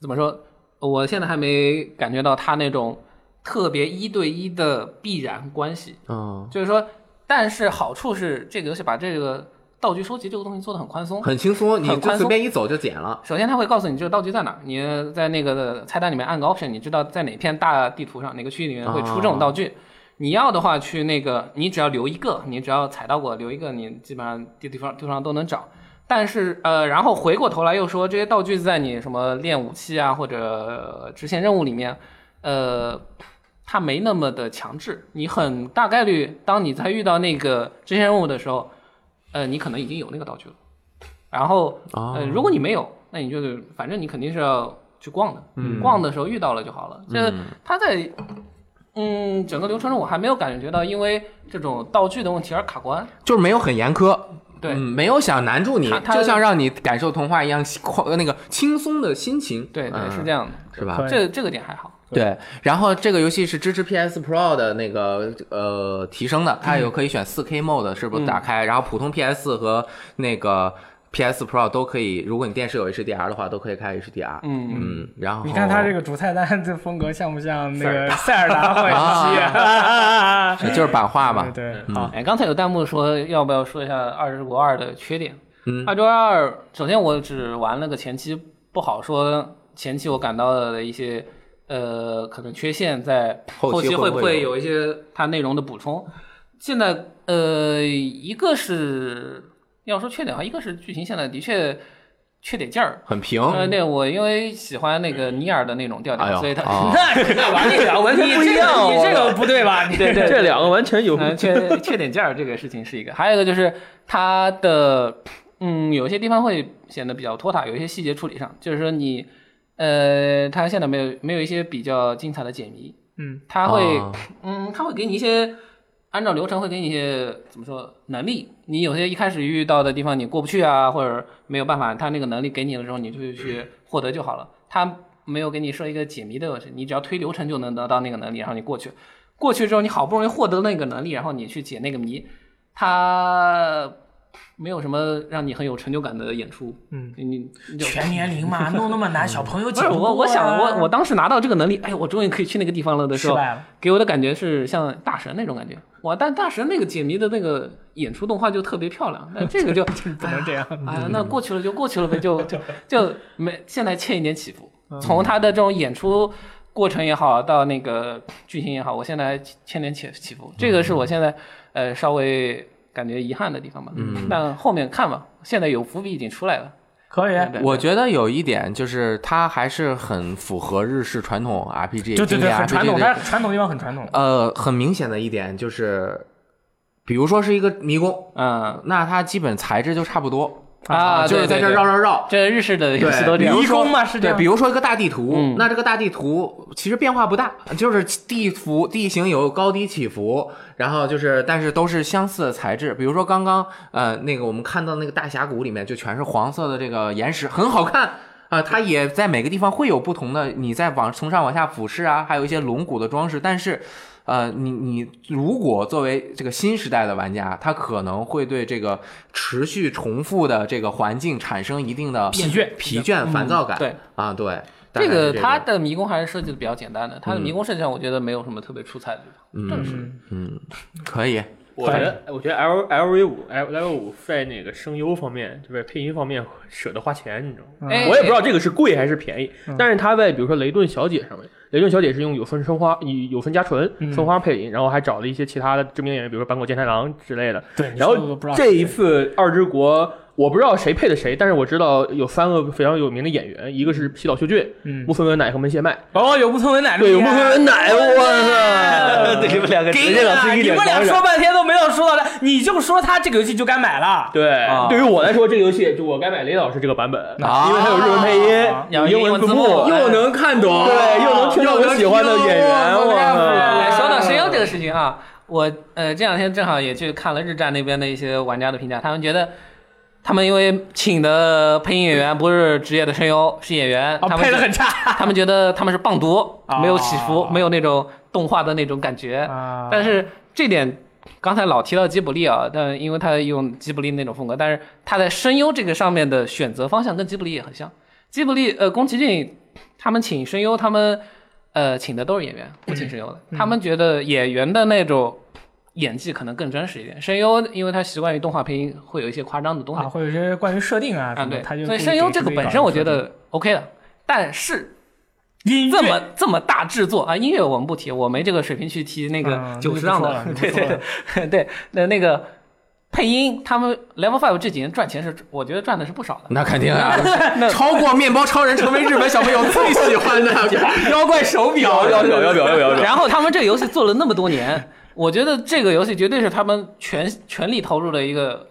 怎么说？我现在还没感觉到它那种特别一对一的必然关系。
嗯，
就是说，但是好处是这个游戏把这个道具收集这个东西做的很宽松。
很轻松，你
很
就
宽
随
松
便一走就捡了。
首先，它会告诉你这个道具在哪儿，你在那个菜单里面按个 option，你知道在哪片大地图上哪个区域里面会出这种道具。你要的话，去那个，你只要留一个，你只要踩到过留一个，你基本上地图上地图上都能找。但是呃，然后回过头来又说这些道具在你什么练武器啊或者支线任务里面，呃，它没那么的强制。你很大概率当你在遇到那个支线任务的时候，呃，你可能已经有那个道具了。然后
哦
呃，如果你没有，那你就是反正你肯定是要去逛的，
嗯
逛的时候遇到了就好了。这它在。嗯，整个流程中我还没有感觉到因为这种道具的问题而卡关。
就是没有很严苛，
对
嗯，没有想难住你
他，他
就像让你感受童话一样快那个轻松的心情，
对对，
嗯
是这，样的。
是吧？
对
这这个点还好。
对，然后这个游戏是支持 PS Pro 的那个呃提
嗯
升的，它有可以选 4K mode 是不是打开，然后普通 PS 和那个 PS Pro 都可以，如果你电视有 HDR 的话，都可以开 HDR。
嗯，
嗯，然后
你看它这个主菜单这风格像不像那个塞尔达啊幻想
是就是版画嘛
七？， 对，对
哎，刚才有弹幕说要不要说一下《二之国二》的缺点？
嗯
《二之国二》首先我只玩了个前期，不好说前期我感到的一些呃可能缺陷，在
后期
期
会
会
不
不
会
会
有
有一些它内容的补充？现在呃，一个是要说缺点啊，一个是剧情现在的确缺点劲儿。
很平。
呃，那我因为喜欢那个尼尔的那种调
哦哎
调，
呦
所以他
哦
那嗯那玩意儿 完全
不一样哦
你这个不 对吧？你
对对
这两个完全有
哎
嗯，缺 缺点劲儿这个事情是一个，还有一个就是它的，嗯，有些地方会显得比较拖沓，有一些细节处理上，就是说你，呃，它现在没有没有一些比较精彩的解谜，
嗯，
它会，
啊
嗯，它会给你一些按照流程会给你一些怎么说能力，你有些一开始遇到的地方你过不去啊，或者没有办法，它那个能力给你了之后，你就去获得就好了，它没有给你设一个解谜的，你只要推流程就能得到那个能力，然后你过去。过去之后，你好不容易获得那个能力，然后你去解那个谜，它没有什么让你很有成就感的演出。
嗯
你，你你就
全年龄嘛，弄那么难，小朋友
不
解
是
不
我，我
过
想
啊
我我当时拿到这个能力，哎，我终于可以去那个地方了的时
失
候，
败了。
给我的感觉是像大神那种感觉。哇，但大神那个解谜的那个演出动画就特别漂亮， 那这个就不能这样。哎呀，那过去了就过去了呗， 就就就没现在欠一点起伏。从他的这种演出过程也好，到那个剧情也好，我现在欠点起起伏，这个是我现在呃稍微感觉遗憾的地方吧。嗯，但后面看吧，现在有伏笔已经出来了。
可以，
对
我觉得有一点就是，它还是很符合日式传统 RPG，
对对
经
对，
典
很
RPG
传统，
的
它传统地方很传统。
呃，很明显的一点就是，比如说是一个迷宫，
嗯
那它基本材质就差不多
啊，
就是
对对
在这儿
对
绕绕绕。
这日式的游戏
对，
都这样
比。如说
迷宫嘛是这
对，
样
比如说一个大地图，
嗯
那这个大地图其实变化不大，就是地幅地形有高低起伏，然后就是但是都是相似的材质。比如说刚刚呃那个我们看到那个大峡谷里面就全是黄色的这个岩石，很好看。啊、它也在每个地方会有不同的，你在往从上往下俯视啊，还有一些龙骨的装饰，但是呃，你你如果作为这个新时代的玩家，他可能会对这个持续重复的这个环境产生一定的
疲倦
疲倦、烦躁感。
对
啊，对，大
这
概是
个
这嗯
它的迷宫还是设计的比较简单的，它的迷宫设计上我觉得没有什么特别出彩的地方。
嗯
嗯可以，
我觉得，我觉得 L L V 五 L L 五在那个声优方面，就是配音方面舍得花钱，你知道吗？
嗯
哎
我也不知道这个是贵还是便宜，但是他在比如说雷顿小姐上面，雷顿小姐是用有分生花、以有分加纯、
嗯
生花配音，然后还找了一些其他的知名演员，比如说坂口健太郎之类的。
对你
然
说的我
后
不知道
这
是
一
谁
次二之国，我不知道谁配的谁，但是我知道有三个非常有名的演员，一个是西岛秀俊、
嗯
木村文乃和门胁麦。
哦，有木村文乃，啊
对，有木村文
乃。
乃，我操！
对你们两个
给
直
你
接
啊
把自
了，
己
啊你
脸
们俩
当
说
上。
半天都没有说到他，你就说他这个游戏就该买了。
对，对于我来说，这个游戏就我该买雷老师这个版本，
啊
因为它有日文配音
啊、
有英文字
有英文字幕
又能看懂，对，又能听到我喜欢的演员，
又能听
我
到
嗯
哎，
我
操
说到声优这个事情啊，我呃这两天正好也去看了日站那边的一些玩家的评价，他们觉得。他们因为请的配音演员不是职业的声优，是演员，
哦，
他们
配的
觉
很差。
他们觉得他们是棒读，
啊
没有起伏，没有那种动画的那种感觉。
啊
但是这点，刚才老提到吉卜力啊，但因为他用吉卜力那种风格，但是他在声优这个上面的选择方向跟吉卜力也很像。吉卜力呃，宫崎骏他们请声优，他们呃请的都是演员，不请声优的。
嗯
他们觉得演员的那种演技可能更真实一点，声优因为他习惯于动画配音，会有一些夸张的东西
啊，。会有一些关于设定啊什
啊，
么的，
对
他，就
所以
故意
声优
给
这个
故意
本
搞
身我
一个设
觉
定
得 OK 的，但是
音乐
这么这么大制作啊，音乐我们不提，我没这个水平去提那个
嗯
九
你不
十让
说
的
了你，不
对
说
对
了
对，那那个配音，他们 Level Five 这几年赚钱是，我觉得赚的是不少的。
那肯定啊，超过面包超人成为日本小朋友最喜欢的妖怪手表，
要表要表要表要表，
然后他们这个游戏做了那么多年， 我觉得这个游戏绝对是他们全全力投入的一个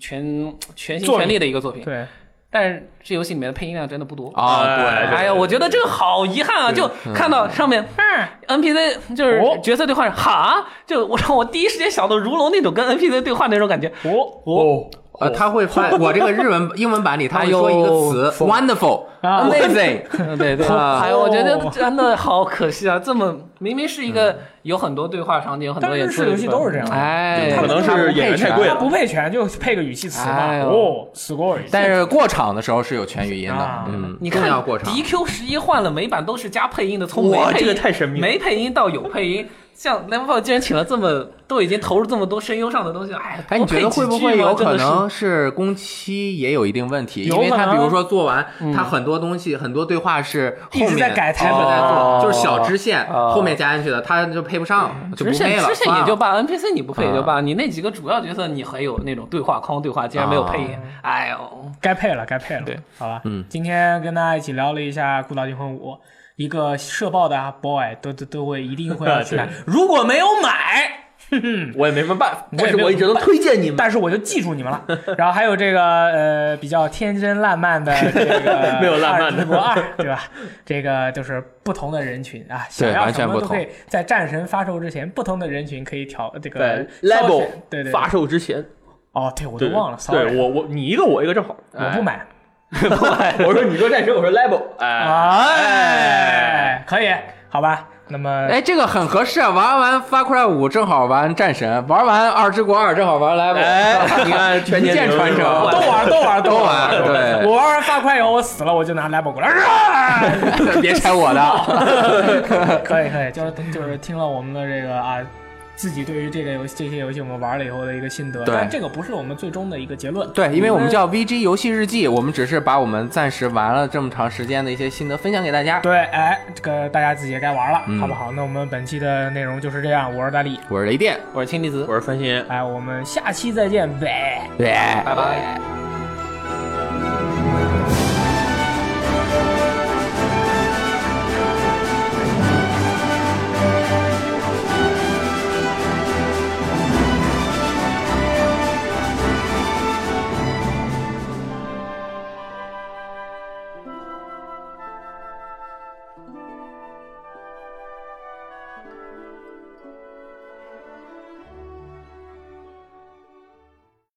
全全心
作
全
品
力的一个作品。
对，
但是这游戏里面的配音量真的不多
啊，对，
哎呀，我觉得这个好遗憾啊！就看到上面
嗯
嗯 NPC 就是
哦
角色对话是哈，就我让我第一时间想到如龙那种跟 NPC 对话那种感觉。
哦
哦，
呃，他 会翻我这个日文英文版里，
哎
他会说一个词，wonderful
啊
amazing，
对对，
啊
哎呀，我觉得真的好可惜啊！这么明明是一
嗯
个有很多对话场景、有很
但
多
是
演
日
出
式
的
游
地
戏
方
都是这样的
哎，
可能是演员太贵
他
了。
不配全就配个语气词嘛。
哎呦
哦，score，
但是过场的时候是有全语音的
啊，
嗯，
你
重
看
要过场。
DQ 十一换了，每版都是加配音的，从没
哇
配音
这个太神秘了
没配音到有配音，像 Level 竟然请了这么都已经投入这么多声优上的东西了，哎，
哎，你觉得
多配
会
几
不
句
会
嘛
有
真的
可
是
能是工期也有一定问题？因
有
为
可
他
能
比如说做完，
嗯
他很多东西、很多对话是后
一直
面
在改台本
一直在
哦
做，就是小支线
哦
后面加进去的，他就配不上，就不
啊嗯支
配
线
了。啊
支线
算
也
了嗯
就罢，NPC 你不配也就罢，你那几个主要角色你还有那种对话框对话，竟然没有配
啊
音，哎呦，
该配了，该配了。
对，
好吧，
嗯，
今天跟大家一起聊了一下《孤岛惊魂五》，一个社报的啊 boy 都都都会一定会要去买
对，
如果没有买。哼哼，
我也没什么办法，但
也
是
没有
我一直都推荐你们。
但是我就记住你们了。 然后还有这个呃比较天真烂漫 的这个
没有烂漫的
二之国二，对吧？这个就是不同的人群啊，想
对
要
完
什
全
么
不
都
同
可以在战神发售之前，不同的人群可以调这个
对
挑选
level
对对对
发售之前，
哦，对我都
对
忘了哎
对
，sorry，
我我你一个我一个正好，
我不买。
我说你说战神，我说 level，哎，
哎，可以，好吧？那么
哎，这个很合适啊！玩完《发快五》正好玩《战神》，玩完《二之国二》正好玩《来宝》。
哎
你看
全年
一箭
龄
传
是
承，
吧
都玩都玩
都玩，对，
我玩完发快以后，我死了，我就拿来宝过来。啊
别拆 我的。
可以可以，就是就是听了我们的这个啊，自己对于这个游戏这些游戏我们玩了以后的一个心得，
对
但这个不是我们最终的一个结论。
对，因为我们叫 VG 游戏日记，我们只是把我们暂时玩了这么长时间的一些心得分享给大家。
对，哎，这个大家自己也该玩了，
嗯
好不好？那我们本期的内容就是这样，我是大力，
我是雷电，
我是氢离子，
我是三星。
哎，我们下期再见，拜。
对，拜
拜拜。